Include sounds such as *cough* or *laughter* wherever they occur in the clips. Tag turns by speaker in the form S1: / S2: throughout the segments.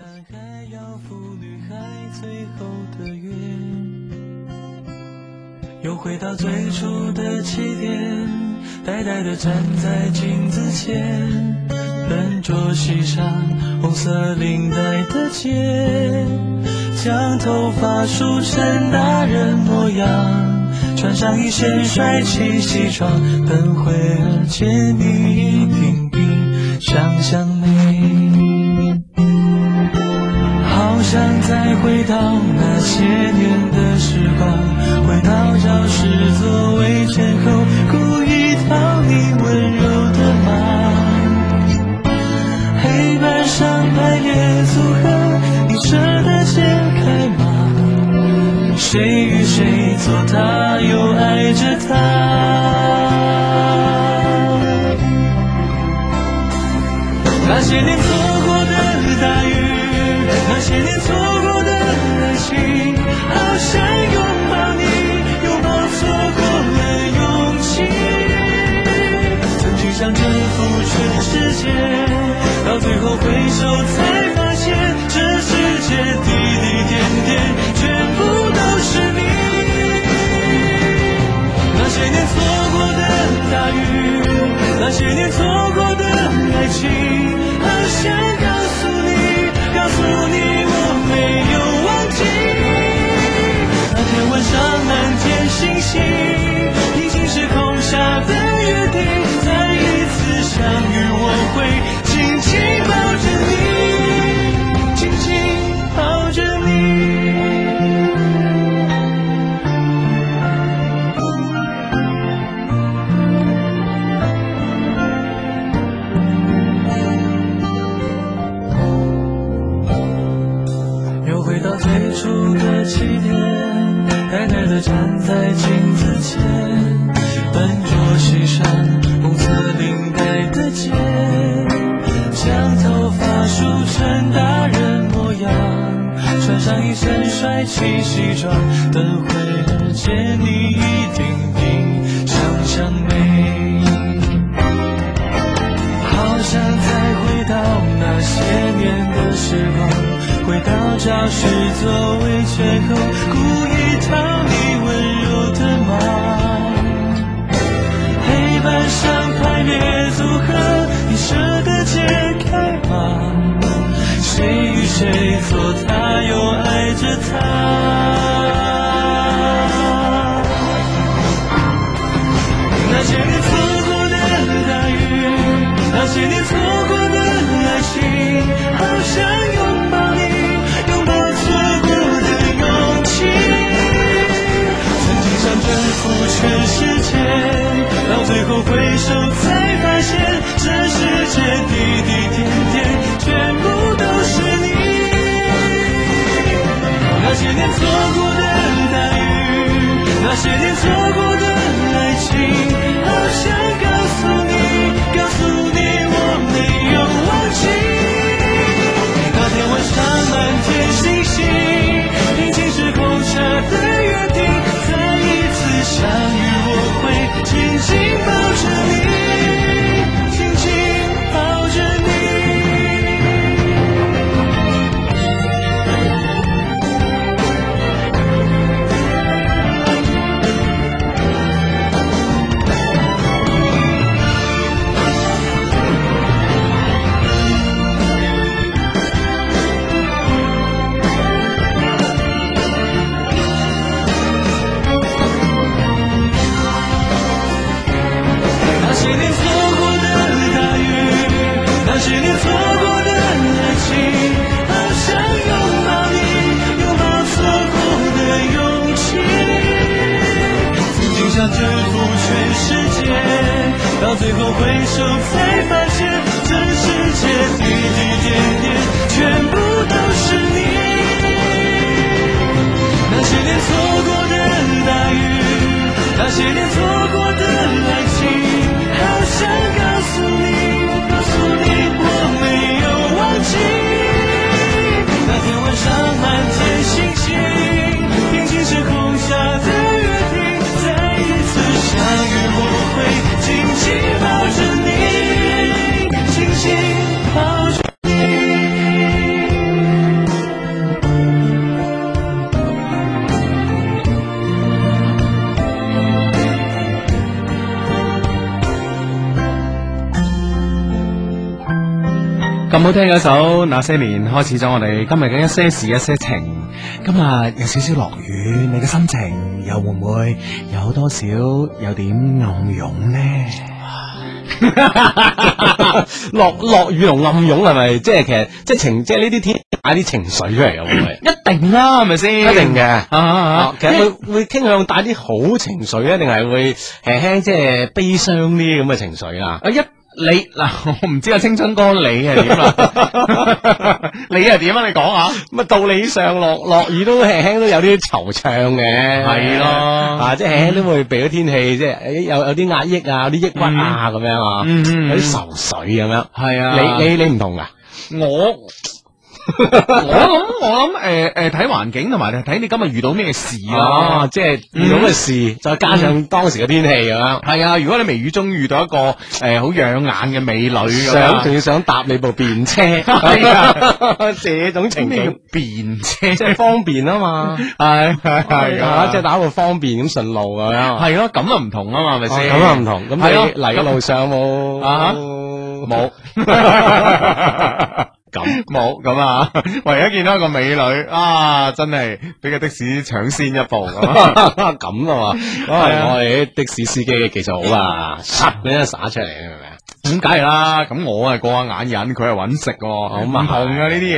S1: 男孩要赴女孩最后的约，又回到最初的起点，呆呆的站在镜子前，笨拙系上红色领带的结，将头发梳成大人模样，穿上一身帅气西装，奔回了街你屏蔽想象美。好想再回到那些年的时光，回到教室座位前后，故意讨你温柔的骂。黑板上排列组合，你舍得解开吗？谁与谁做他，又爱着他？那些年错过的大雨，那些年错过的爱情，好想拥抱你，拥抱错过了勇气。曾经想征服全世界，到最后回首才发现，这世界滴滴点点，全部都是你。那些年错过的大雨，那些年错过的爱情，好想告诉你，告诉你我没有忘记。那天晚上满天星星，平行时空下的约定，再一次相遇，我会紧紧抱着你，紧紧抱着你。又回到最初的起点，呆呆地站在镜子前，笨拙系上红色领带的结，将头发梳成大人模样，穿上一身帅气西装，等会儿见你一定比想象美。好想再回到那些年的时光，回到教室座位前后，故意讨你温柔的骂。黑板上排列组合，你舍得解开吗？谁与谁做他，又爱着他？那些年错过的大雨，那些年错过的爱情，好想拥抱你，拥抱错过的勇气。曾经想征服全世界，到最后回首才发现，这世界滴滴点点，全部都是你。那些年错过的大雨，那些年错过的爱情，好想告诉你，告诉你我没有忘记。那天晚上满天星星，平行时空下的约定，再一次相遇，我会紧紧抱着你，紧紧抱着你。
S2: 咁好聽嗰首《那些年》開始咗我哋今日嘅一些事一些情。今日有少少落雨，你嘅心情又會唔會有多少有點暗湧呢？
S3: 落落雨同暗湧係咪？即係其實即係情，即係呢啲天帶啲情緒出嚟嘅會唔會？
S2: 一定啦，係咪先？
S3: 一定嘅。
S2: 啊啊
S3: 啊
S2: 啊！
S3: 其實佢會傾向帶啲好情緒咧，定係會輕輕即係悲傷啲咁嘅情緒啊？
S2: 啊一你嗱， *laughs* 我唔知啊，青春哥你係點啦？ *laughs* 你係點啊？你講下。
S3: 咁啊，道理上落落雨都輕輕都有啲惆悵嘅，
S2: 係咯
S3: 啊，即係輕輕都會避咗天氣，即係誒有有啲壓抑啊，有啲抑鬱啊咁樣啊，
S2: 嗯嗯嗯
S3: 有啲愁緒咁樣。
S2: 係啊
S3: 你你你唔同噶，
S2: 你我。我諗我諗诶诶睇環境同埋睇你今日遇到咩事啦、
S3: 哦，即係遇到嘅事，再加上當時嘅天氣咁樣，
S2: 系啊，如果你微雨中遇到一個诶好養眼嘅美女咁
S3: 想仲
S2: 樣，
S3: 要想搭你部便車，
S2: 係
S3: *laughs*
S2: 啊
S3: 這種情
S2: 咩叫
S3: 景。
S2: 便車？
S3: 即係方便啊
S2: *laughs*
S3: 嘛，系
S2: 係係
S3: 即係打個方便咁順路咁樣，
S2: 係咯，咁啊唔同啊嘛，係咪
S3: 哦
S2: 先？
S3: 咁啊唔同。咁
S2: 係咯
S3: 你嚟嘅路上有冇
S2: 啊哈
S3: 冇 *laughs*
S2: *laughs*
S3: 咁
S2: 冇咁啊， *laughs* 唯一見到一個美女啊，真係俾個的士搶先一步咁啊。
S3: *laughs* 咁啊嘛，可
S2: *laughs* 係啊
S3: 能我哋啲的士司機嘅技術好啊，實你一耍出嚟，你明唔明啊？
S2: 咁梗係啦，咁我係過下眼癮，佢係揾食喎，唔
S3: 咁啊
S2: 同噶呢啲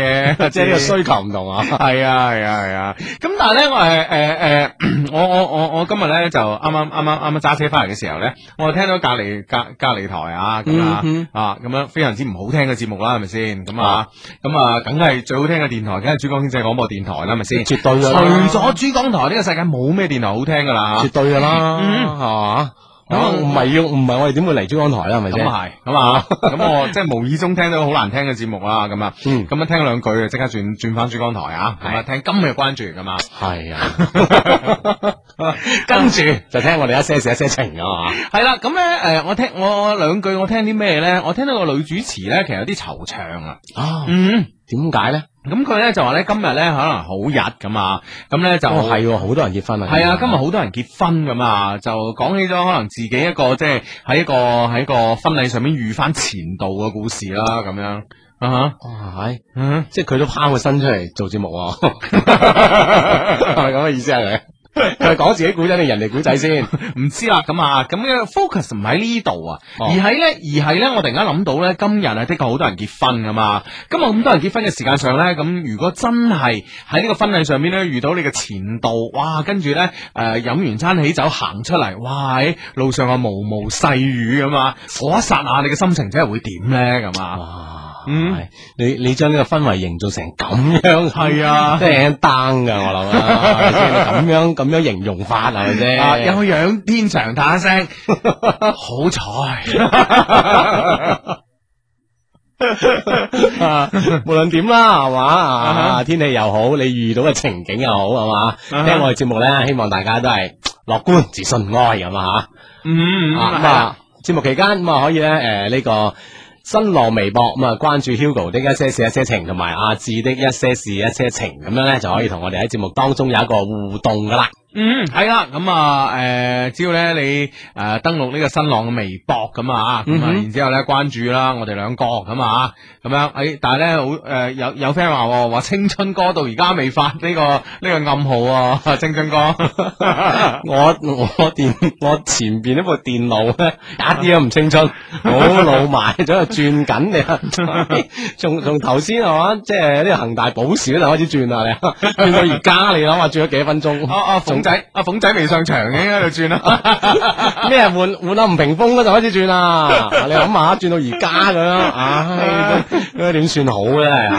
S3: *laughs*
S2: 嘢，
S3: 即係呢個需求唔同
S2: *laughs*
S3: 啊。
S2: 系啊系啊系啊，咁、但系咧，我诶诶诶，我我我我今日咧就啱啱啱啱啱啱揸車翻嚟嘅時候咧，我就聽到隔離隔隔離台啊咁啊、
S3: 嗯
S2: 啊咁樣非常之唔好聽嘅節目啦，係咪先？咁啊咁啊，梗係最好聽嘅電台，梗係珠江經濟廣播電台啦，係咪先？
S3: 絕對
S2: 除
S3: 㗎啦啊
S2: 咗珠江台呢個世界冇咩電台好聽噶啦，
S3: 絕對噶啦，
S2: 嗯
S3: 係嘛？
S2: 咁啊
S3: 咁唔係要唔係我哋點會嚟珠江台啦？係咪
S2: 咁
S3: 先？
S2: 啊係，咁啊，咁我即係無意中聽到好難聽嘅節目啦，咁啊，
S3: 嗯
S2: 咁啊聽兩句就即刻轉轉翻珠江台啊，咁啊聽今日關注咁啊。
S3: 係
S2: *laughs*
S3: 啊，跟住就聽我哋一些事一些情啊嘛。
S2: 系啦，咁咧，诶、我聽我我兩句，我聽啲咩咧？我聽到個女主持咧，其實有啲惆悵啊。
S3: 啊，
S2: 嗯，
S3: 點解咧？
S2: 咁佢咧就話咧，今日咧可能好日咁啊，咁咧就
S3: 哦，係喎，好多人結婚啊。
S2: 係啊，今日好多人結婚咁啊，就講起咗可能自己一個即係喺一個喺一個婚禮上面遇翻前度嘅故事啦，咁樣啊哈
S3: 哇，係
S2: 嗯
S3: 即係佢都拋個身出嚟做節目
S2: *laughs*
S3: 喎，係咪咁嘅意思係咪？佢係講自己古仔定人哋古仔先？
S2: 唔知啦，咁啊，咁嘅 focus 唔喺呢度啊，
S3: 哦
S2: 而喺咧，而係咧，我突然間諗到咧，今日啊，的確好多人結婚噶嘛，咁啊咁多人結婚嘅時間上咧，咁如果真係喺呢個婚禮上面咧遇到你嘅前度，哇，跟住咧誒飲完餐喜酒行出嚟，哇，喺路上啊毛毛細雨咁啊，嗰一剎那你嘅心情真係會點咧咁
S3: 哦
S2: 啊？
S3: 哇，
S2: 嗯
S3: 係你你將呢個氛圍營造成咁樣，
S2: 係啊
S3: 即係 down 噶，我諗啊，係咪先咁樣咁樣形容法係咪先？
S2: 啊！有仰天長嘆一聲，好 *laughs* 彩
S3: 啊，無論點啦，係嘛
S2: 啊啊
S3: 啊，天氣又好，你遇到嘅情景又好，係嘛，
S2: 哈
S3: 聽我哋節目咧，希望大家都係樂觀自信哀咁啊
S2: 嗯，
S3: 嚇。啊
S2: 係
S3: 咁啊，節目期間咁啊，可以咧誒呢個。新浪微博咁啊，關注 Hugo 的一些事一些情，同埋阿志的一些事一些情，咁樣咧就可以同我哋喺節目當中有一個互動噶啦。
S2: 嗯，系啦，咁啊，诶、只要咧你诶、誒登錄呢個新浪嘅微博咁啊，咁啊，
S3: 嗯哼
S2: 然之后咧關注啦，我哋兩個咁啊，咁樣，诶、但係咧好诶、誒有有 friend 話喎話青春哥到而家未發呢、個呢、個暗號啊， *laughs*
S3: *laughs*
S2: 青春哥，啊
S3: 我我电我前边呢部電腦
S2: *laughs*
S3: 咧，一啲都唔青春，好老埋咗，轉緊你
S2: *laughs*
S3: 啊！從從頭先係嘛，即係呢個恒大保時嗰度開始轉啦，你轉到而家，你諗下轉咗幾多分
S2: *laughs*
S3: 鐘？
S2: 阿阿凤啊仔，阿凤仔未上場嘅，喺度
S3: *laughs*
S2: 轉啦，
S3: 咩換換阿吳屏峰嗰度開始轉
S2: *laughs*
S3: 啦，你諗下轉到而家咁樣，唉，咁點算好
S2: *laughs*
S3: 咧？啊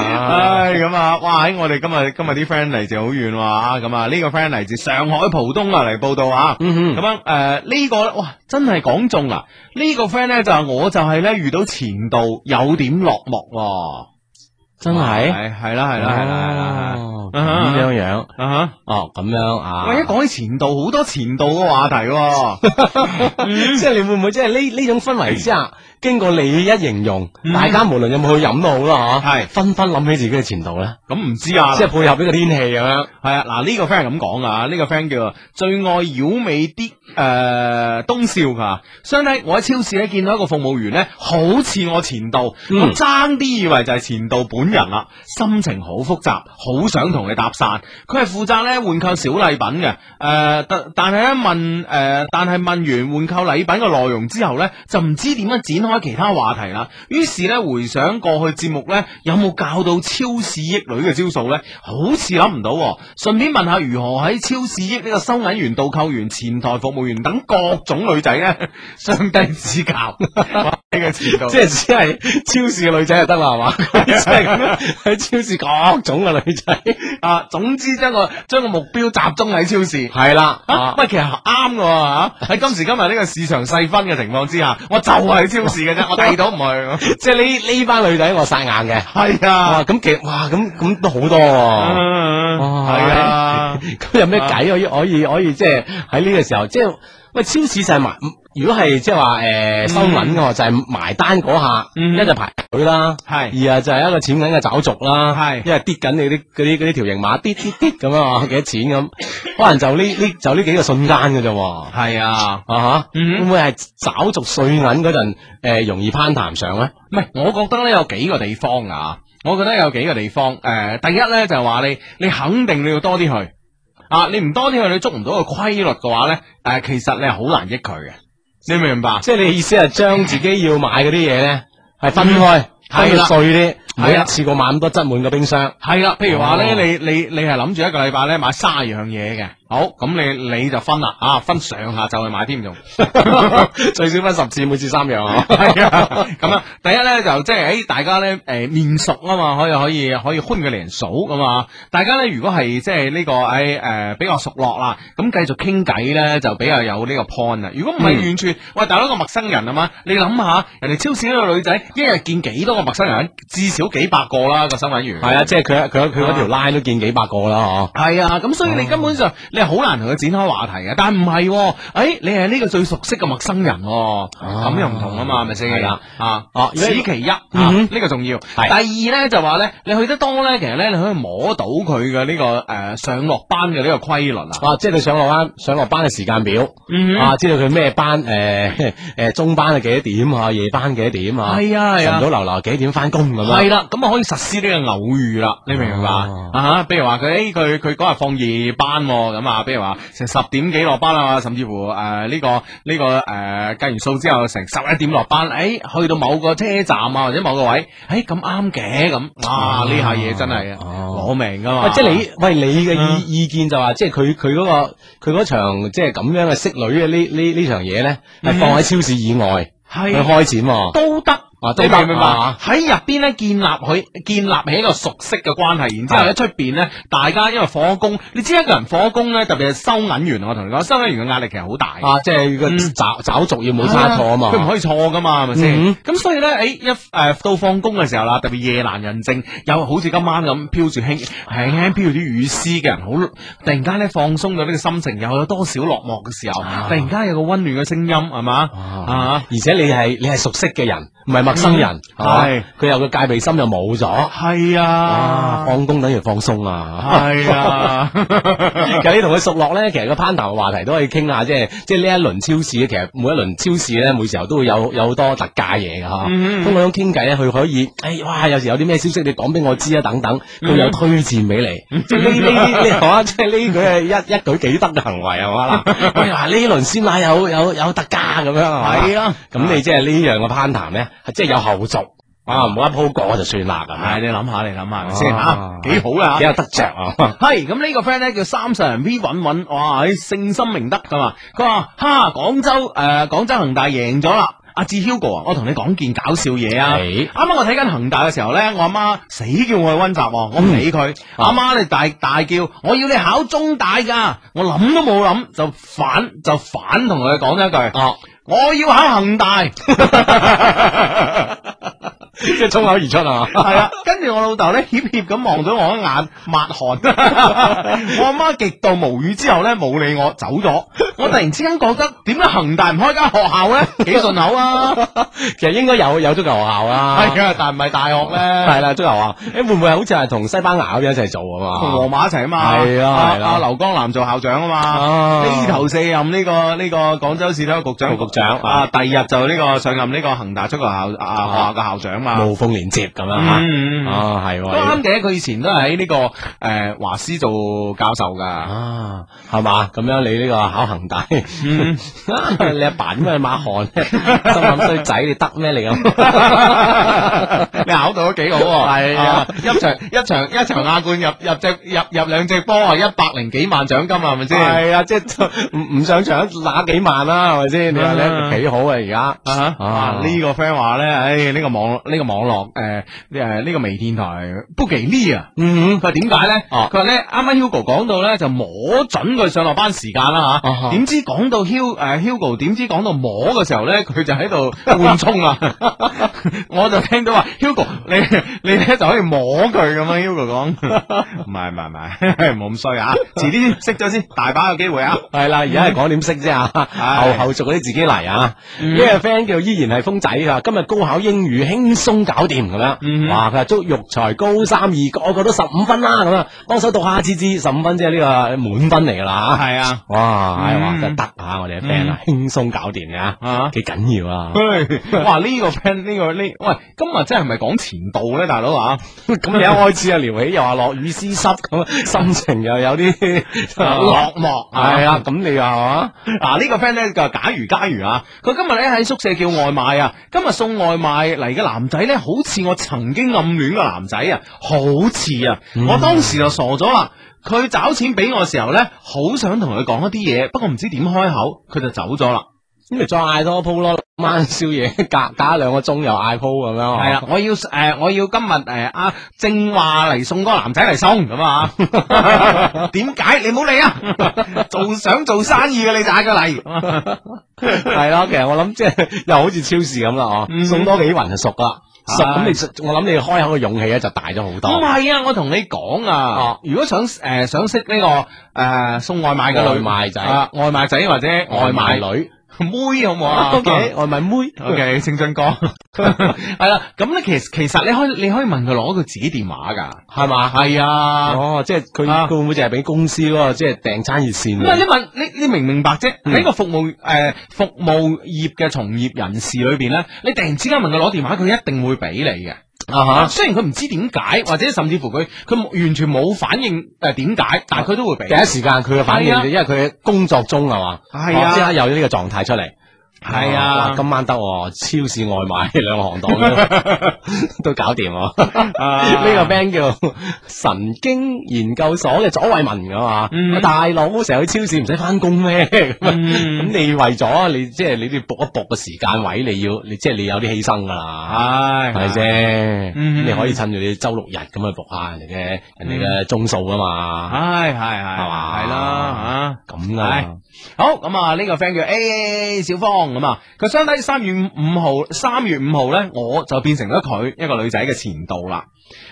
S2: 唉，咁啊，哇！喺我哋今日今日啲 friend 嚟自好遠喎，咁啊呢個 friend 嚟自上海浦東啊嚟報道啊，
S3: 嗯
S2: *laughs* 咁樣诶呢個哇真係講中啦！呢個 friend 咧就係我就係咧遇到前度有點落寞喎，
S3: 真係
S2: 係係啦係啦係啦
S3: 哦
S2: 係啦
S3: 咁樣樣，
S2: 係啦啊
S3: 哦咁樣
S2: 哈！
S3: 啊，
S2: 喂，一講起前度，好多前度嘅話題喎，
S3: *laughs*
S2: 嗯
S3: 嗯即系你會唔會即係呢呢種氛圍之下，經過你一形容，
S2: 嗯
S3: 大家無論有冇去飲都好啦，吓，
S2: 係
S3: 紛紛諗起自己嘅前度咧，
S2: 咁唔知啊，
S3: 即係配合呢個天氣咁樣。
S2: 系啊，嗱呢、個 friend 係咁講啊，呢、個 friend 叫做最愛妖美啲诶東少噶，相睇我喺超市咧見到一個服務員咧，好似我前度，
S3: 嗯
S2: 我爭啲以為就係前度本人啦，心情好複雜，好想同佢搭訕。佢係負責咧換購小禮品嘅，诶、呃但但係咧問诶、呃但係問完換購禮品嘅內容之後咧，就唔知點樣展開其他話題啦。於是咧回想過去節目咧，有冇教到超市益女嘅招數咧？好似諗唔到、喎。順便問下如何喺超市益呢個收銀員、導購員、前台服務員等各種女仔 *laughs* 咧，相低指教。 *laughs* 哇呢個前度
S3: 即係只係超市嘅女仔就得啦，係
S2: *laughs*
S3: 嘛？即係咁樣喺超市各種嘅女仔，
S2: *laughs* 啊，總之將個將個目標集中喺超市。
S3: 係啦，
S2: 啊，
S3: 啊
S2: 喂，其實啱嘅喎嚇喺今時今日呢個市場細分嘅情況之下，我就係去超市嘅啫，我第二度唔去。
S3: *laughs* 即係呢呢班女仔我殺硬嘅。
S2: 係啊，嗯
S3: 哇，咁其實哇，咁咁都好多喎。哇
S2: 係啊，
S3: *laughs* 咁有咩計可以可以可以即係喺呢個時候，即係喂超市就係埋，如果係即係話誒收銀嘅話，就係埋單嗰下，
S2: 嗯
S3: 一就排隊啦。
S2: 係
S3: 二啊就係一個錢銀嘅找續啦，
S2: 係
S3: 因為跌緊你啲嗰啲嗰啲條形碼，跌跌跌咁樣啊，幾多錢咁，可能就呢呢就呢幾個瞬間嘅啫喎，
S2: 係啊。
S3: 啊吓，
S2: 嗯
S3: 會唔會係找續碎銀嗰陣诶容易攀談上咧？
S2: 唔係，我覺得咧有幾個地方啊，我覺得有幾個地方。誒、第一咧就係、話你，你肯定你要多啲去啊，你唔多啲去，你捉唔到個規律嘅話咧，誒、其實你係好難益佢嘅，你明唔明白？
S3: 即係你意思係將自己要買嗰啲嘢咧係分開，
S2: 嗯
S3: 分到碎啲，唔好
S2: 係啦
S3: 一次過買咁多，擠滿個冰箱。
S2: 係啦，譬如話咧，
S3: 哦
S2: 你你你係諗住一個禮拜咧買卅樣嘢嘅，好咁你你就分啦啊，分上下就去買添 *laughs* 仲。
S3: 最少分十次，每次三樣啊！
S2: 系啊，咁啊，第一咧就即系诶，大家咧诶面熟啊嘛，可以可以可以欢佢嚟數咁啊。大家咧如果係即係呢個诶诶比較熟絡啦，咁繼續傾偈咧就比較有呢個 point 啦。如果唔係完全，喂大佬個陌生人啊嘛，你諗下人哋超市呢個女仔一日見幾多個陌生人，至少幾百個啦個新聞員。
S3: 係啊，即係佢佢佢嗰條
S2: 啊
S3: line 都見幾百個啦，嗬。
S2: 系啊，咁所以你根
S3: 哦
S2: 本上你係好難同佢展開話題嘅，但唔係喎，诶，你係呢個最熟悉嘅陌生人喎，咁又唔同啊嘛，係咪先？
S3: 係啦，
S2: 啊，
S3: 哦
S2: 此其一，啊
S3: 嗯哼
S2: 呢個重要。第二咧就話咧，你去得多咧，其實咧你可以摸到佢嘅呢個诶上落班嘅呢個規律啊。
S3: 啊，即係佢上落班上落班嘅時間表，
S2: 嗯
S3: 啊，知道佢咩班， *laughs* 诶诶中班係幾多點啊，夜班幾多點啊，
S2: 係啊係啊
S3: 晨早流流幾點翻工咁
S2: 系
S3: 樣。
S2: 啦，咁啊可以實施呢個偶遇啦，你明唔明白
S3: 哦
S2: 啊？吓，比如話佢，诶，佢佢嗰日放夜班喎咁啊，比如話成十點幾落班啊，甚至乎诶呢個呢個诶計完數之後成十一點落班，诶，去到某個車站啊或者某個位，诶咁啱嘅咁，哇啊呢下嘢真係
S3: 啊哦
S2: 攞命噶
S3: 喂
S2: 嘛！
S3: 即係你，喂你嘅
S2: 嗯
S3: 意意見就話，即係佢佢嗰個佢嗰場即係咁樣嘅識女嘅呢呢呢場嘢咧，係
S2: 嗯
S3: 放喺超市以外去
S2: 係
S3: 開展喎，
S2: 都得。
S3: 啊都
S2: 你
S3: 得
S2: 明唔明白
S3: 啊？
S2: 喺入邊咧建立佢建立起一個熟悉嘅關係，然之後喺出邊咧，大家因為放咗工，你知一個人放咗工咧，特別係收銀員，我啊同你講，收銀員嘅壓力其實好大。
S3: 啊，即係個
S2: 嗯
S3: 找找續要冇差錯啊嘛，
S2: 佢唔可以錯噶嘛，係咪先？
S3: 嗯
S2: 咁、所以咧，誒一誒、到放工嘅時候啦，特別夜闌人靜，有好似今晚咁飄住輕輕輕飄住啲雨絲嘅人，好突然間咧放鬆咗呢個心情，又有多少落寞嘅時候，
S3: 啊
S2: 突然間有個温暖嘅聲音，係嘛？
S3: 啊
S2: 啊！
S3: 而且你係你係熟悉嘅人，唔係陌生人，
S2: 嗯
S3: 嘛
S2: 係
S3: 佢有個戒備心又冇咗，
S2: 係
S3: 啊，
S2: 啊，
S3: 放工等於放鬆啊！
S2: 係 *laughs* 啊。
S3: *laughs* 其實你同佢熟落咧，其實個攀談嘅話題都可以傾下，即係即係呢一輪超市咧，其實每一輪超市咧，每時候都會有有好多特價嘢嘅吓。
S2: 嗯
S3: 通過咁傾偈咧，佢可以，哎哇，有時有啲咩消息你講俾我知啊，等等，
S2: 嗯
S3: 佢有推薦俾你，即係呢呢呢呢係嘛，即係呢佢係一一舉幾得嘅行為係
S2: 嗯
S3: 嘛嗱，喂話呢輪鮮奶有有有特價咁樣係嘛？
S2: 係啊
S3: 咁你即係呢樣嘅攀談咧，係即係有後續啊，唔好一鋪過就算啦，係
S2: 系
S3: 咪？
S2: 你諗下，你諗下係咪先
S3: 啊
S2: 吓，幾好啦
S3: 幾有得着啊！
S2: 系咁呢個 friend 咧叫三十人 V 揾揾，哇！喺聖心明德噶嘛，佢話哈廣州诶广、廣州恒大贏咗啦。阿志 Hugo 啊，我同你講件搞笑嘢啊！
S3: 係
S2: 啱啱我睇緊恒大嘅時候咧，我阿媽死叫我去温習喎，我唔
S3: 嗯
S2: 理佢。
S3: 啊
S2: 阿媽你大大叫，我要你考中大㗎，我諗都冇諗就反就反
S3: 啊
S2: 同佢講咗一句，
S3: 哦，
S2: 我要考恒大。
S3: *laughs* 即系冲口而出啊！
S2: 系啊，跟住我老豆咧，怯怯咁望咗我一眼，抹
S3: *laughs*
S2: 汗。我阿妈極度無語之後咧，冇理我走咗。我突然之間覺得，點解恒大唔開間學校
S3: *laughs*
S2: 咧？幾順口啊！
S3: 其实应该有有足球学校啦，
S2: *laughs* 係啊，但唔係大學咧，
S3: 系啦，足球學校，诶會唔會好似係同西班牙嗰邊一齊做
S2: 同
S3: 啊
S2: 皇
S3: 嘛？
S2: 馬一齊啊嘛。
S3: 係啊係啊
S2: 阿劉江南做校長啊嘛，
S3: 啊
S2: 呢頭四任呢個呢個廣州市體育局長
S3: 局長
S2: 啊，第二日就呢個上任呢個恒大足球校啊學校嘅校長嘛。
S3: 無縫連接咁樣
S2: 嗯
S3: 吓，
S2: 嗯嗯
S3: 啊係
S2: 都
S3: 喎
S2: 啱，嘅，佢以前都係喺呢個诶华师做教授
S3: *laughs*
S2: 㗎。
S3: 啊係嘛？咁樣你呢個考恒大，嗯 *laughs* 你阿爸點解抹汗咧？ *laughs* 心諗衰仔，你得咩你咁？
S2: 你考到都幾好喎，
S3: 係啊
S2: 一場一場一場亞冠入入只入入兩隻波係一百零幾萬獎金啊，係咪先？
S3: 係啊，即係唔唔上場揦幾萬啦，係咪先？你話
S2: 嗯
S3: 你幾好啊而家？
S2: 啊！
S3: 啊
S2: 哇呢個 friend 話咧，唉，呢個網呢個網絡誒誒呃呢個微電台不給力啊！
S3: 嗯
S2: 佢話點解咧？
S3: 哦
S2: 佢話咧啱啱 Hugo 講到咧就摸準佢上落班時間啦
S3: 啊哈
S2: 嚇，點知講到 Hugo 誒 Hugo 點知講到摸嘅時候咧，佢就
S3: *laughs*
S2: 喺度緩衝啊！ *laughs* 我就聽到話 Hugo 你你咧就可以摸佢咁樣
S3: *laughs*
S2: ，Hugo 講唔係 *laughs* 唔係唔係，冇咁衰啊！遲啲識咗先，大把有機會
S3: *laughs*
S2: 啊！
S3: 系啦，而家係講點識啫啊，後
S2: 係
S3: 後續嗰啲自己嚟啊。呢個 friend 叫依然係風仔啊，今日高考英語輕鬆搞掂咁樣。
S2: 嗯
S3: 哇！佢話祝育才高三二個個都十五分啦，咁樣幫手讀下次字十五分即係呢個滿分嚟㗎啦。
S2: 係啊
S3: 哇！唉哇，
S2: 嗯
S3: 真係得啊！我哋嘅 friend 啊，輕鬆搞掂嘅
S2: *laughs*
S3: 啊，
S2: 啊！
S3: 幾緊要啊！ *laughs*
S2: 喂， *laughs* 哇！呢、個 friend 呢、個呢，喂，今日真係唔係講前度咧，大
S3: *laughs*
S2: 佬啊！
S3: 咁你一開始啊聊起又話落雨絲 *laughs* 濕咁，心情又有啲
S2: *laughs*
S3: *laughs*
S2: 落寞
S3: 係
S2: 啊！ *laughs*
S3: 啊，咁你又話
S2: 嗱呢個 friend 咧就假如假如啊，佢今日咧喺宿舍叫外賣啊，今日送外賣嚟嘅男仔咧，好似我曾經暗戀嘅男仔啊，好似啊，
S3: 嗯
S2: 我當時就傻咗啦。佢找錢俾我嘅時候咧，好想同佢講一啲嘢，不過唔知點開口，佢就走咗啦。
S3: 咁咪再嗌多鋪咯， *laughs* 晚宵夜隔隔兩個鐘又嗌鋪咁樣。哦 *laughs*
S2: 係啊，我要誒、我要今日誒啊，正話嚟送嗰個男仔嚟送咁
S3: *laughs*
S2: 啊，點解你冇理啊？做想做生意嘅你就嗌佢
S3: 啊
S2: 嚟，
S3: 系咯，其實我諗即係 *laughs* 又好似超市咁啦，哦、
S2: 嗯
S3: 送多幾雲就熟啦，
S2: 係
S3: 熟咁你實我諗你開口嘅勇氣咧就大咗好
S2: 唔
S3: 多。
S2: 係啊，我同你講啊
S3: 哦，
S2: 如果想誒、想識呢、個誒、送外賣嘅
S3: 外
S2: 女
S3: 賣仔
S2: 啊外賣仔或者外賣女
S3: 女
S2: 妹好唔好
S3: *laughs*
S2: 啊
S3: ，OK，外賣妹
S2: *laughs* OK，青春哥， *laughs* 係啦，咁咧其實其實你可以你可以問佢攞佢自己電話㗎，
S3: 係嘛？
S2: 係啊。
S3: 哦，即係佢
S2: 啊
S3: 佢會唔會淨係俾公司嗰個即係訂餐熱線
S2: 咁啊，
S3: 㗎？
S2: 你問你你明唔明白啫？
S3: 嗯
S2: 喺個服務誒、呃服務業嘅從業人士裏邊咧，你突然之間問佢攞電話，佢一定會俾你嘅。
S3: 啊
S2: 雖然佢唔知點解，或者甚至乎佢佢完全冇反應誒點解，但係佢都會俾
S3: 第。一時間佢嘅反應
S2: 係啊，
S3: 因為佢嘅工作中係嘛，
S2: 係啊
S3: 哦即刻有呢個狀態出嚟。
S2: 係啊
S3: 哇今晚得喎超市外賣兩個行當 *laughs* 都都搞掂喎。
S2: 啊
S3: 呢個 band 叫 *laughs* 神經研究所嘅左偉文噶嘛，
S2: 嗯
S3: 大佬成日去超市唔使翻工咩？咁啊 *laughs* 咁
S2: 嗯
S3: 你為咗你即係你哋搏一搏個時間位，你要你即係你有啲犧牲噶啦，
S2: 係
S3: 係咪
S2: 係
S3: 啫？
S2: 啊嗯
S3: 你可以趁住你周六日咁去搏下人哋嘅人哋
S2: 嗯
S3: 嘅鐘數啊嘛，
S2: 係係
S3: 係嘛
S2: 係啦嚇。
S3: 咁啊
S2: 係好咁啊！呢個 friend 叫 A A 小芳咁啊，佢相低三月五號，三月五號咧，我就變成咗佢一個女仔嘅前度啦。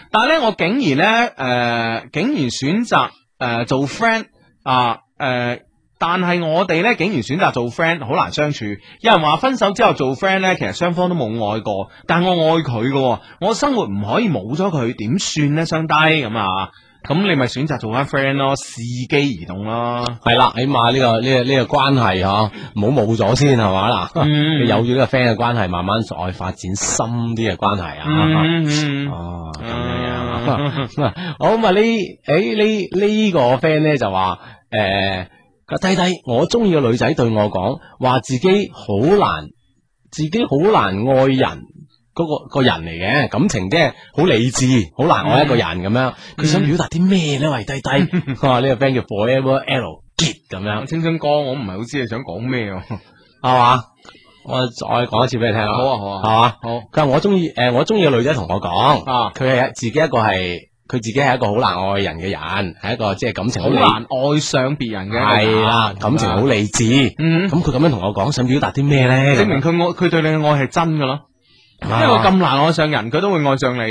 S2: 但係咧，我竟然咧，誒、竟然選擇誒、呃做 friend 啊，誒、但係我哋咧，竟然選擇做 friend，好難相處。有人話分手之後做 friend 咧，其實雙方都冇愛過，但我愛佢嘅喎，我生活唔可以冇咗佢，點算咧？相低咁啊！咁你咪選擇做翻 friend 咯，伺機而動咯。
S3: 係啦，起碼呢個呢個呢個關係嚇，啊唔好冇咗先係嘛嗱，
S2: 嗯
S3: 你有咗呢個 friend 嘅關係，慢慢再發展深啲嘅關係啊。
S2: 嗯
S3: 哦，咁樣樣。好咁啊，呢誒呢呢個 friend 咧就話誒個低低，我中意嘅女仔對我講話自己好難，自己好難愛人。嗰、個個人嚟嘅感情即係好理智，好難愛一個人咁樣。佢想表達啲咩咧？喂，低低， *laughs* 哇！哦呢個 friend 叫 Forever L 結咁樣，
S2: 青春哥，我唔係好知你想講咩喎。
S3: 係嘛？我再講一次俾你聽啊，
S2: 好啊好啊
S3: 係嘛？
S2: 好
S3: 佢話我中意诶，誒我中意嘅女仔同我講，
S2: 啊
S3: 佢係自己一個係，佢自己係一個好難愛人嘅人，係一個即係感情
S2: 好
S3: 好理啊
S2: 難愛上別人嘅一個人
S3: 係啊啦，感情好。理智。咁
S2: 嗯，
S3: 佢咁樣同我講，想表達啲咩咧？
S2: 證明佢愛佢對你嘅愛係真嘅咯。因
S3: 啊
S2: 為我咁難愛上人，佢都會愛上你。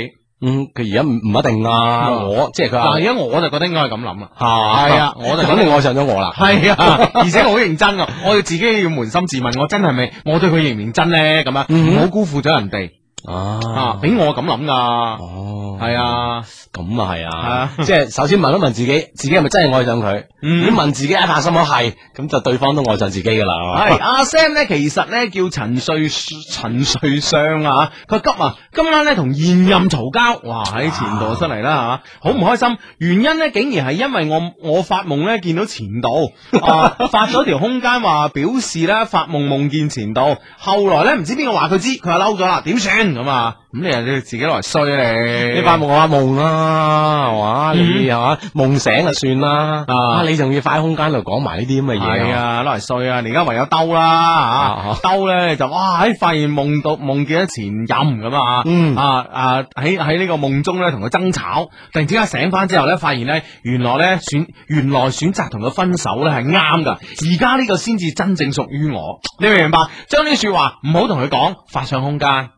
S3: 嗯，佢而家唔唔一定啊，
S2: 嗯
S3: 我即係佢
S2: 嗱，
S3: 話
S2: 而家我就覺得應該係咁諗啦。
S3: 係
S2: 係啊我就
S3: 肯定愛上咗我啦，
S2: 系啊， *laughs* 而且我好認真噶，啊我要自己要扪心自問，我真係咪我對佢認唔認真咧？咁啊，
S3: 嗯
S2: 唔好辜負咗人哋啊！
S3: 啊，
S2: 俾我咁諗噶，
S3: 哦，
S2: 係啊，
S3: 咁啊係啊
S2: 啊，
S3: 即係首先問一問自己，自己係咪真係愛上佢？如
S2: 嗯
S3: 果。問自己一下心口係，咁就對方都愛上自己噶啦， *laughs*
S2: 系哎阿 Sam 咧，其實咧叫陳瑞陳瑞相啊，佢急啊，今晚咧同現任嘈交，哇喺前度失嚟
S3: 啊
S2: 啦吓，好唔開心。原因咧竟然係因為我我發夢咧見到前度，
S3: *laughs*
S2: 啊發咗條空間話表示咧發夢夢見前度，後來咧唔知邊個話佢知，佢話嬲咗啦，點算咁啊？咁你又你自己攞嚟衰啊你，
S3: 你發夢我發夢啦，係嘛？你係嘛？夢醒就算啦，
S2: 嗯啊
S3: 啊你仲要快喺空間度講埋呢啲咁嘅嘢
S2: 系，啊，攞嚟衰啊！你而家唯有兜啦
S3: 啊
S2: 吓，兜咧就哇，喺發現夢到夢見咗前任咁啊，
S3: 嗯
S2: 啊啊喺喺呢個夢中咧同佢爭吵，突然之間醒翻之後咧，發現咧原來咧選原來選擇同佢分手咧係啱噶，而家呢個先至真正屬於我，你明唔明白？將呢啲说話唔好同佢講，發上空間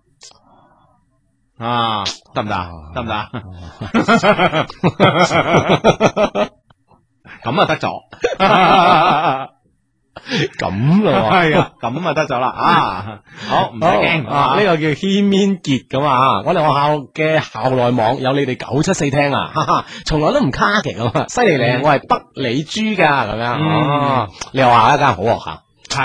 S2: 啊，得唔得啊？得唔得啊？
S3: *laughs*
S2: 咁啊得
S3: *laughs*
S2: *laughs* 咗。
S3: 咁咯。
S2: 系
S3: *laughs*
S2: 啊，咁啊得咗啦啊，好唔使
S3: 好
S2: 驚
S3: 啊！
S2: 啊
S3: 呢個叫軒面傑咁啊！我哋學校嘅校內網有你哋九七四廳啊，哈哈，從來都唔卡嘅咁啊，犀利咧！
S2: 嗯
S3: 我係北理珠噶咁樣
S2: 嗯
S3: 哦，你又話一間好學校
S2: 系一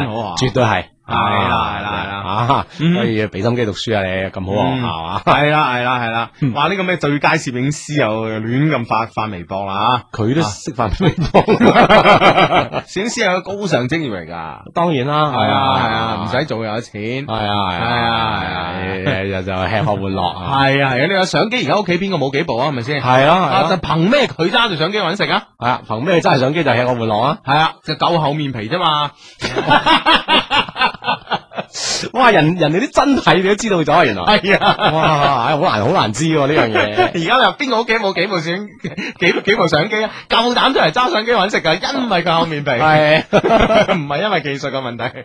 S2: 間好啊，
S3: 絕對係
S2: 係啦係啦係啦
S3: 啊！
S2: 嗯
S3: 所以要俾心機讀書啊！你咁好學校啊！
S2: 係啦係啦係啦，話呢個咩最佳攝影師又亂咁發發微博啦
S3: 佢都識發乒 *laughs* 乓波，
S2: 啊，攝影師係個高尚職業嚟㗎，
S3: 當然啦，
S2: 係啊係啊，唔使做又有錢
S3: 係。啊係啊係啊，日日就吃喝玩樂啊，
S2: 係啊係啊，你話相機而家屋企邊個冇幾部啊？係咪先？
S3: 係咯
S2: 啊，
S3: 係咯，
S2: 就憑咩佢揸住相機揾食啊？
S3: 係啊，憑咩揸相機就吃喝玩樂啊？
S2: 係啊，就夠厚面皮啫嘛。
S3: 哇！人人哋啲真體你都知道咗啊，原來。
S2: 係啊。
S3: 哇，唉好難好難知喎呢樣
S2: 而 *laughs*
S3: 嘢。
S2: 家又邊個屋企冇幾部相幾幾部相機啊？夠膽出嚟揸相機揾食㗎，因為佢厚面皮，
S3: 係，
S2: 唔係因為技術嘅問題。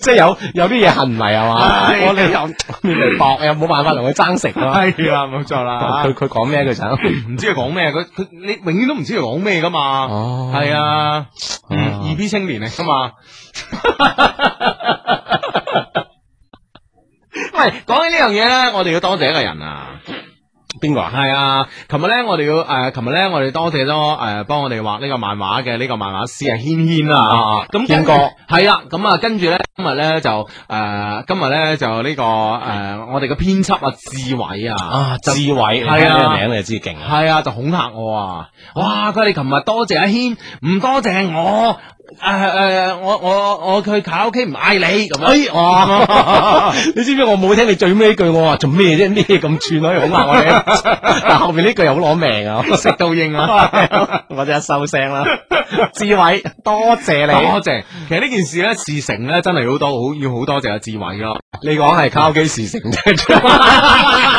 S3: 即係有有啲嘢恨唔嚟係嘛？
S2: 係
S3: 我哋
S2: *laughs*
S3: 又面皮薄，又冇辦法同佢爭食啊嘛。
S2: 係啦，冇錯 *laughs*
S3: 佢
S2: 啦。
S3: 佢講咩佢想？
S2: 唔知佢講咩，佢佢你永遠都唔知佢講咩噶嘛。
S3: 哦
S2: 係啊，
S3: 哦
S2: 嗯二 B 青年嚟噶嘛。 *laughs* 喂，講起呢樣嘢咧，我哋要多謝一個人啊。
S3: 邊個啊？
S2: 系啊，琴日咧我哋要诶，琴日咧我哋多謝咗诶，帮、幫我哋畫呢個漫畫嘅呢個漫畫師啊，軒軒
S3: 啊
S2: 啊，咁
S3: 軒哥
S2: 系啦，咁啊跟住咧今日咧就诶、呃今日咧就呢、個个诶、呃我哋嘅編輯啊，志偉啊。
S3: 啊，志偉，你
S2: 係啊
S3: 聽呢個名你就知勁啊！
S2: 係啊，就恐嚇我啊！哇，佢哋琴日多謝阿軒，唔多謝我，诶、诶、我我我去卡拉 OK 唔嗌你
S3: 哎
S2: 咁樣。 *laughs*
S3: 哇！哦你知唔知我冇聽你最尾一句？我話做咩啫？咩咁串可以啊恐嚇我哋？ *laughs* 但後面呢句又好攞命啊！
S2: 食到應啊！ *laughs*
S3: 我哋一收聲啦。志偉，多謝
S2: 多
S3: 你。
S2: 謝，其實呢件事咧，事成咧，真係好多好要好多謝阿志偉咯。
S3: 你講係卡拉 OK 事成啫。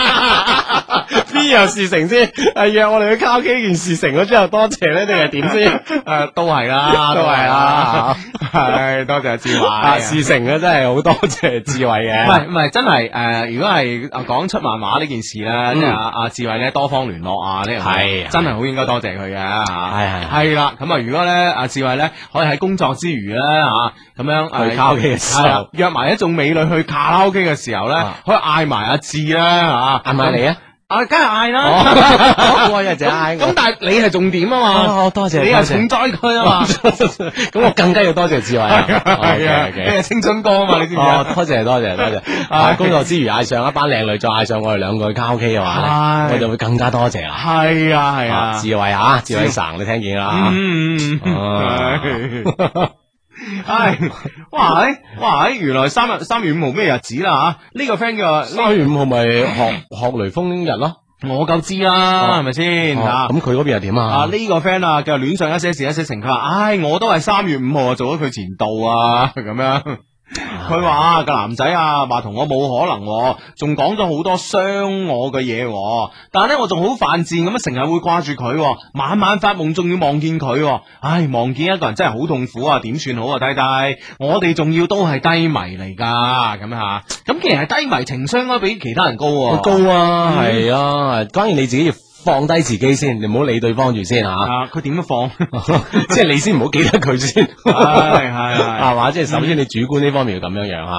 S3: 邊有事成先？係約我哋去卡拉 OK 件事成咗之後，多謝咧定係點先？
S2: *laughs* 诶，呃都系啦，
S3: 都係啦，
S2: 系多謝志
S3: 啊，
S2: 偉。
S3: 事成咧真係好多謝智慧
S2: 唔
S3: 嘅。
S2: 係唔係，真係诶，如果係啊講出漫畫呢件事咧，即係阿阿志偉咧多方聯絡啊，呢樣嘢
S3: 嗯係
S2: 真係好應該多謝佢嘅吓。
S3: 係係
S2: 係啦，咁啊，如果咧阿志偉咧可以喺工作之餘咧吓，咁樣啊
S3: 去卡拉 OK 嘅時候
S2: 係啦約埋一眾美女去卡拉 OK 嘅時候咧
S3: 啊，
S2: 可以嗌埋阿志啦吓，
S3: 係咪你啊？
S2: 啊，梗係嗌啦。
S3: 哦我有隻嗌
S2: 咁
S3: 我。
S2: 但係你係重點啊嘛，
S3: 哦，多謝
S2: 你
S3: 多
S2: 係
S3: 謝哦
S2: 重。災區啊
S3: *laughs*
S2: 嘛。
S3: 咁我更加要多謝智慧啊。
S2: 系啊，
S3: OK，OK
S2: 你系青春歌啊嘛，你知唔知
S3: 哦
S2: 啊？，
S3: 多謝多謝多
S2: *laughs*
S3: 謝！啊，工作之餘嗌上一班靚女，再嗌上我哋兩個去卡拉 OK 嘅話咧，
S2: 係
S3: 我就會更加多謝啦。
S2: 系啊，系
S3: 啊，智慧啊，智慧神，你聽見啦
S2: 嗯，
S3: 啊
S2: 係唉，哇唉，哇唉，原來三日三月五號咩日子啦吓？呢個 friend 叫
S3: 嚇。三月五號咪 *coughs* 學學雷鋒日咯。
S2: 我夠知啦，係咪先
S3: 哦
S2: 啊？
S3: 咁佢嗰邊又點
S2: 啊！
S3: 啊？
S2: 呢個 friend 啊，叫戀 *laughs* 上一些事一些情，佢話：，唉，我都係三月五號啊做咗佢前度啊，咁樣佢話個男仔啊，話同我冇可能喎，仲講咗好多傷我嘅嘢喎。但係咧，我仲好犯賤咁樣，啊成日會掛住佢喎，晚晚發夢仲要望見佢喎。唉，望見一個人真係好痛苦啊！點算好啊，低低？我哋仲要都係低迷嚟㗎，咁嚇。咁既然係低迷，情商應該比其他人高喎、
S3: 高
S2: 嗯
S3: 啊，係啊，關鍵你自己要放低自己先，你唔好理對方住先吓，
S2: 啊！佢點樣 *laughs* 放？
S3: *laughs* 即係你先唔好記得佢先， *laughs* 係
S2: 係係係
S3: 嘛？即係首先你主觀呢方面要咁樣樣吓，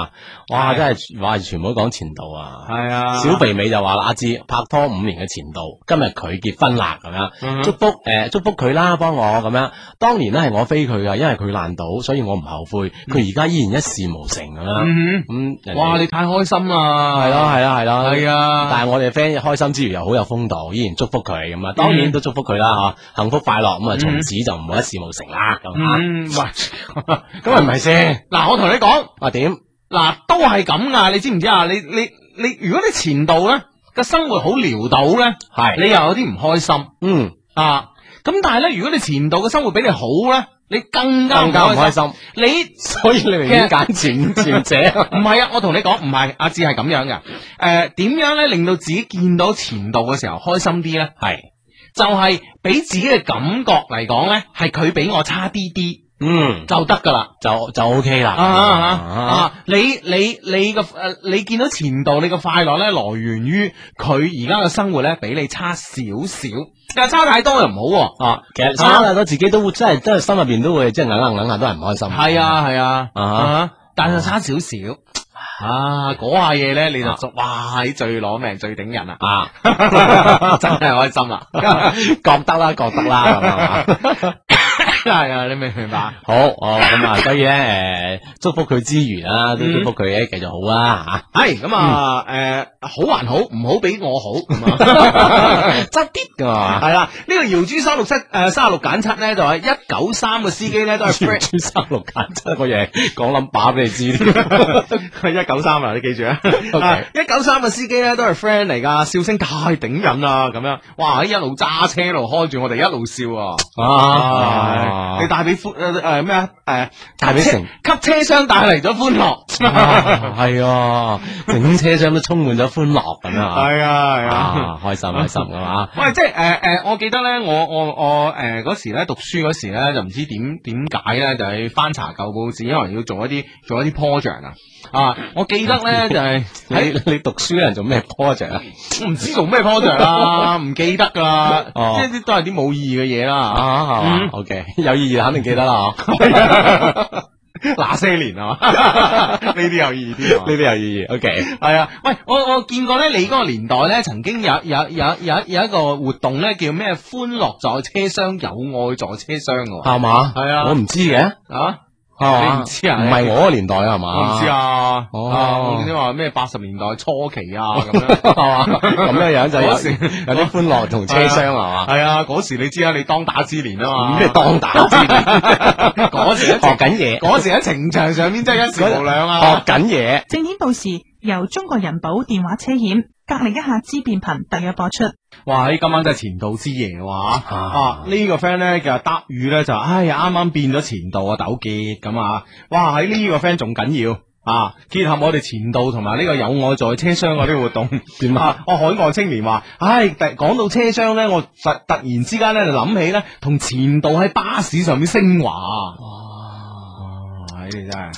S3: 哇！
S2: 係
S3: 真係哇，全部都講前度啊！
S2: 係啊，
S3: 小肥美就話啦，阿志拍拖五年嘅前度，今日佢結婚啦，咁樣
S2: 嗯哼
S3: 祝福誒祝福佢啦，幫我咁樣。當年咧係我飛佢噶，因為佢爛賭，所以我唔後悔。佢而家依然一事無成咁樣。
S2: 嗯
S3: 咁人哋
S2: 哼哇！你太開心啦，
S3: 啊係咯係咯係咯，
S2: 係啊
S3: 但係我哋 friend 開心之餘又好有風度，依然祝福佢
S2: 嗯
S3: 咁啊，當然都祝福佢啦吓，幸福快樂咁啊，從此就唔會一事無成啦咁啊。
S2: 嗯，喂， *laughs*
S3: 咁
S2: 咁
S3: 係唔係先？
S2: 嗱，我同你講。
S3: 啊點？
S2: 嗱，都係咁噶，你知唔知啊？你你你，如果你前度咧個生活好潦倒咧，
S3: 係
S2: 你又有啲唔開心
S3: 嗯，
S2: 啊。咁但係咧，如果你前度嘅生活比你好咧，你更加
S3: 更加唔開
S2: *laughs* 心。
S3: 心，
S2: 你
S3: 所以你寧願揀
S2: *laughs*
S3: 前前者。
S2: 唔係啊，我同你講，唔係阿志係咁樣嘅。誒、點樣咧令到自己見到前度嘅時候開心啲咧？
S3: 係
S2: 就係、俾自己嘅感覺嚟講咧，係佢比我差啲啲
S3: *laughs* 嗯，
S2: 就得噶啦。
S3: 就就 OK 啦。
S2: 啊啊
S3: 啊
S2: 啊！你你你個誒，你見到前度你個快樂咧，來源於佢而家嘅生活咧，比你差少少，但係差太多又唔好喎。
S3: 啊！其實差太多，自己都會真係真係心入邊都會即係硬硬硬硬都係唔開心。
S2: 係，啊係啊
S3: 啊，
S2: 啊！但係差少少啊！嗰下嘢咧，你就做哇，你最攞命最頂人啦
S3: 啊，
S2: *laughs* 真係開心啊啦！
S3: *laughs* 覺得啦，覺得啦，咁啊。
S2: *laughs* 係啊，你明唔明白？
S3: 好哦，咁啊，所以咧，诶，祝福佢之餘啦，都祝福佢咧繼續好嗯啦
S2: 係咁啊，誒好還好，唔好比我好咁啊。
S3: *laughs* 吓，執啲噶嘛，
S2: 係啦，呢個搖珠三六七誒三十六減七咧，就係一九三嘅司機咧都
S3: *laughs*
S2: 係 friend。
S3: 珠三六簡真個嘢講冧把俾你知添，
S2: 一九三啊，你記住
S3: *laughs*
S2: 啊
S3: OK
S2: 一九三嘅司機咧都係 friend 嚟噶，笑聲太頂人啦，咁樣，哇！ *laughs* 哎一路揸車一路開住我哋一路笑啊，
S3: 啊
S2: 你，帶俾歡誒誒咩啊誒，
S3: 帶俾成
S2: 給車廂帶嚟咗歡樂，
S3: 係啊，整車廂都充滿咗歡樂咁樣啊，
S2: 啊係
S3: 啊，開心開心啊噶
S2: *laughs*
S3: 嘛，
S2: 喂，即係誒誒，我記得咧，我我我誒嗰時咧讀書嗰時咧，就唔知點點解咧，就係翻查舊報紙，可能要做一啲做一啲 project 啊。啊，我記得
S3: *laughs*
S2: 咧就係喺
S3: 你你讀書嘅人做咩 project 啊？
S2: 我唔知做咩 project
S3: *laughs*
S2: 啦，唔記得噶啦，
S3: 哦
S2: 即係啲都係啲冇意義嘅嘢啦。
S3: 啊，係嘛
S2: 嗯
S3: ，OK，有意義肯定記得啦，哦嗬
S2: *laughs* 那些年啊嘛， *laughs* 呢啲有意義啲啊
S3: 呢
S2: 嘛。
S3: 啲有意義，OK，
S2: 係啊，喂，我我見過咧，你嗰個年代咧，曾經有有有有有一個活動咧，叫咩？歡樂在車廂，有愛在車廂嘅喎。
S3: 係嘛，
S2: 係啊
S3: 我唔知嘅，
S2: 啊！
S3: 係嘛
S2: 你唔知啊
S3: 唔係我個年代係嘛，
S2: 我唔知啊，
S3: 哦
S2: 啊我見你話咩八十年代初期啊咁 *laughs* 樣。
S3: 係嘛？咁樣樣
S2: *laughs*
S3: 就有
S2: 嗰時
S3: 有啲歡樂同車廂係嘛？
S2: 係啊，嗰時你知啊，你當打之年啊嘛，
S3: 咩當打之年？
S2: *laughs* 嗰時
S3: 學緊嘢，
S2: 嗰時喺情場上面真係一時無兩啊
S3: 學！緊嘢。
S4: 正點報時由中國人保電話車險格力一下之變頻特約播出。
S2: 哇！喺今晚真係前度之夜哇！啊
S3: 啊，
S2: 呢個 friend 咧叫搭語咧就唉啱啱變咗前度啊糾結咁啊！哇！喺呢個 friend 仲緊要。啊！結合我哋前度同埋呢個有愛在車廂嗰啲活動，
S3: 點啊
S2: 我哦海外青年話：，唉，突講到車廂咧，我突突然之間咧就諗起咧，同前度喺巴士上面升啊華。哇！你真係，
S3: 呢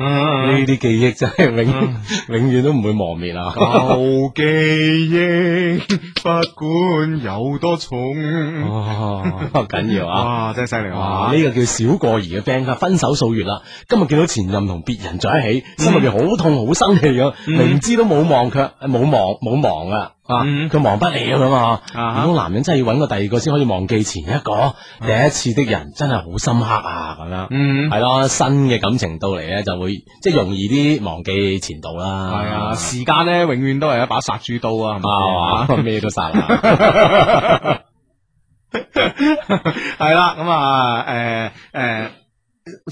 S2: 嗯，
S3: 啲記憶真係永
S2: *laughs*
S3: 永遠都唔會磨滅
S2: 啊
S3: 啦。
S2: 舊記憶，不管有多重。
S3: 哦，緊要啊！
S2: 哇！真係犀利
S3: 哇！呢個叫小過兒嘅 friend，佢分手數月啦，今日見到前任同別人在一起，
S2: 嗯
S3: 心裏邊好痛好生氣咁，明知都冇望卻呃冇望冇望啊！啊，
S2: 嗯
S3: 佢忘不了咁啊！
S2: 啊哈
S3: 如果男人真係要揾個第二個先可以忘記前一個，第一次的人真係好深刻啊！咁樣。
S2: 嗯，
S3: 係咯，新嘅感情到嚟咧，就會即係容易啲忘記前度啦。
S2: 係啊，時間咧永遠都係一把殺豬刀啊，
S3: 啊，
S2: 係 *laughs*
S3: 係嘛，咩都殺啦。
S2: 嘛？係啦，咁啊，誒誒。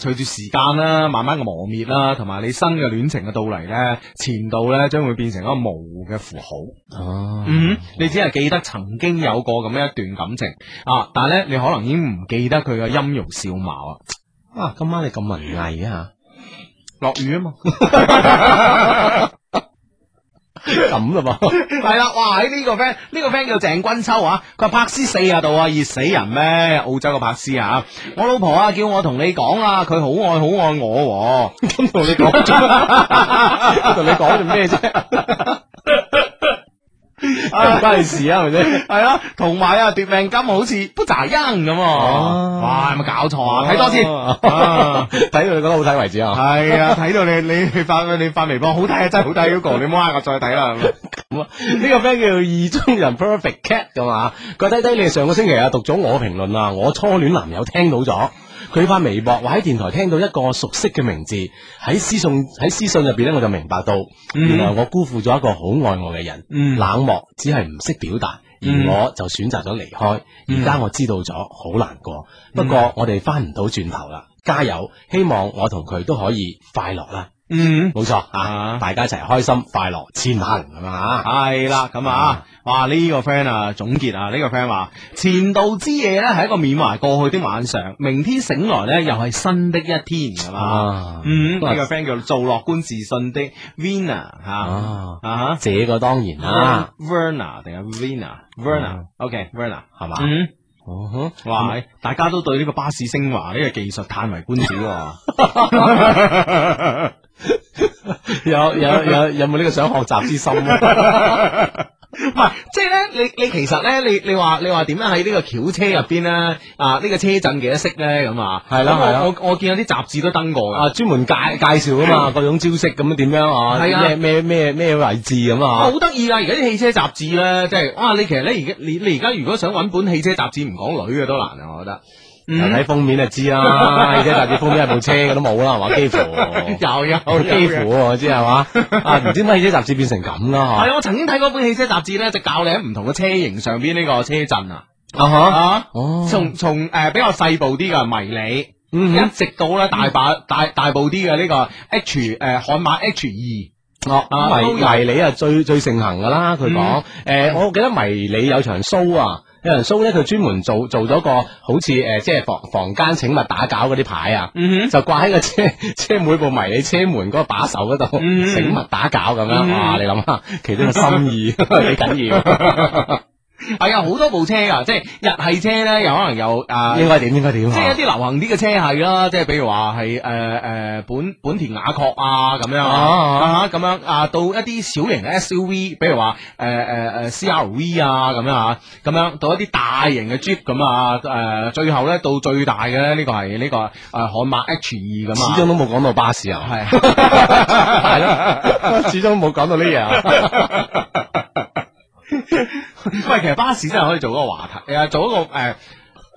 S2: 隨住時間啦，慢慢嘅磨滅啦，同埋你新嘅戀情嘅到嚟咧，前度咧將會變成一個模糊嘅符號。
S3: 哦，
S2: 嗯，你只係記得曾經有過咁樣一段感情啊，但係咧你可能已經唔記得佢嘅音容笑貌啊。
S3: 啊，今晚你咁文藝啊
S2: 落雨啊嘛。
S3: *laughs* 咁啦噃，
S2: 系啦，哇！喺呢個 friend 呢個 friend 叫鄭君秋啊，佢話柏斯四啊度啊，熱死人咩？澳洲嘅柏斯啊，我老婆啊叫我同你講啊，佢好愛好愛我、
S3: 咁同你講咗，同你講做
S2: *laughs*
S3: 咩啫？唔關你事啊，係咪先？
S2: 係啊，同埋啊奪命金好似不咋恩咁
S3: 哦
S2: 啊！哇，有冇搞錯啊？睇多次。 *laughs* 啊
S3: 睇到你覺得好睇為止啊！
S2: 係啊，睇到你你你發你發微博好睇啊，真係好睇 Hugo，你唔好嗌我再睇啦。
S3: 啊呢個 friend 叫意中人 perfect cat 噶嘛，佢啊低低你哋上個星期啊讀咗我評論啊，我初戀男友聽到咗。佢發微博話喺電台聽到一個熟悉嘅名字，喺私信 *laughs* 喺私信入邊咧，我就明白到，原來我辜負咗一個好愛我嘅人，
S2: 嗯
S3: 冷漠只係唔識表達，
S2: 嗯
S3: 而我就選擇咗離開。而家我知道咗，好難過，不過我哋翻唔到轉頭啦，加油！希望我同佢都可以快樂啦。
S2: 嗯。
S3: 冇錯
S2: 啊
S3: 啊，大家一齊開心快樂前行係嘛啊
S2: 系啦，咁啊，哇！呢、個 friend 啊，總結啊，呢、個 friend 話：前度之夜呢係一個緬懷過去的晚上，明天醒來呢又係新的一天，係嘛？
S3: 啊
S2: 嗯，呢個 friend 叫做樂觀自信的 Vina 吓
S3: 啊，
S2: 啊
S3: 這個當然啦，
S2: ，Verna 定係啊 Vina？Verna，OK，Verna
S3: 係嘛，
S2: 嗯，
S3: 嗯哼
S2: 哇！大家都對呢個巴士升華呢個技術歎為觀止喎。
S3: 有有有有冇呢個想學習之心啊？
S2: 唔係， *laughs* 即係咧，你你其實咧，你你話你話點樣喺呢個轎車入邊咧？啊，呢、個車震幾多色咧？咁啊，
S3: 係啦
S2: 咁我
S3: 係啦
S2: 我我見有啲雜誌都登過嘅。
S3: 啊，專門介介紹啊
S2: 嗯
S3: 嘛，各種招式咁樣點樣啊？
S2: 係啊
S3: 咩咩咩咩位置咁
S2: 啊
S3: 啊？
S2: 好得意啊！而家啲汽車雜誌咧，即係哇！你其實咧，而家你你而家如果想揾本汽車雜誌唔講女嘅都 *laughs* 難啊，我覺得。
S3: 睇封面就 *laughs* 知啦，而且大致封面係部車嘅都冇啦，係嘛？ *laughs* 幾乎。
S2: 有有
S3: 好幾
S2: 幾
S3: 乎我知係嘛？啊，唔知點解汽車雜誌變成咁啦
S2: 係啊我曾經睇過本汽車雜誌咧，就教你喺唔同嘅車型上邊呢個車震啊。
S3: 嗬？啊哈，
S2: 啊！
S3: 哦，
S2: 從從誒比較細部啲嘅迷你。
S3: 嗯
S2: 一
S3: 哼
S2: 直到咧大把大大部啲嘅呢個 H 誒悍馬 H 二，
S3: 哦，
S2: 啊
S3: 迷
S2: 都有嗯
S3: 迷你啊最最盛行噶啦，佢講诶，誒我記得迷你有
S2: *laughs*
S3: 場 show 啊，有場 show 咧，佢專門做做咗個好似诶，誒即係房房間請勿打攪嗰啲牌啊，
S2: 嗯
S3: 就掛喺個車 *laughs* 車每部迷你車門嗰個把手嗰度，
S2: 嗯
S3: 請勿打攪咁
S2: 嗯
S3: 樣，哇！你諗下，其中嘅心意幾緊要，
S2: 哼，係啊，好多部車啊，即係日系車咧，有可能有啊。
S3: 應該點應該點
S2: 即係一
S3: 啊
S2: 啲流行啲嘅車係啦，即係比如話係誒誒本本田雅閣啊咁樣
S3: 啊
S2: 啊咁樣啊，到一啲小型嘅 SUV，比如話呃誒誒誒 CRV 啊咁樣啊，咁樣到一啲大型嘅 Jeep 咁啊誒，最後咧到最大嘅咧呢個係呢個誒悍馬 H 二咁啊，
S3: 始終都冇講到巴士啊，
S2: 係 *laughs*
S3: 係咯， *laughs* 始終冇講到呢樣啊。
S2: *laughs* 喂，其實巴士真係可以做一個話題，誒，做一個誒，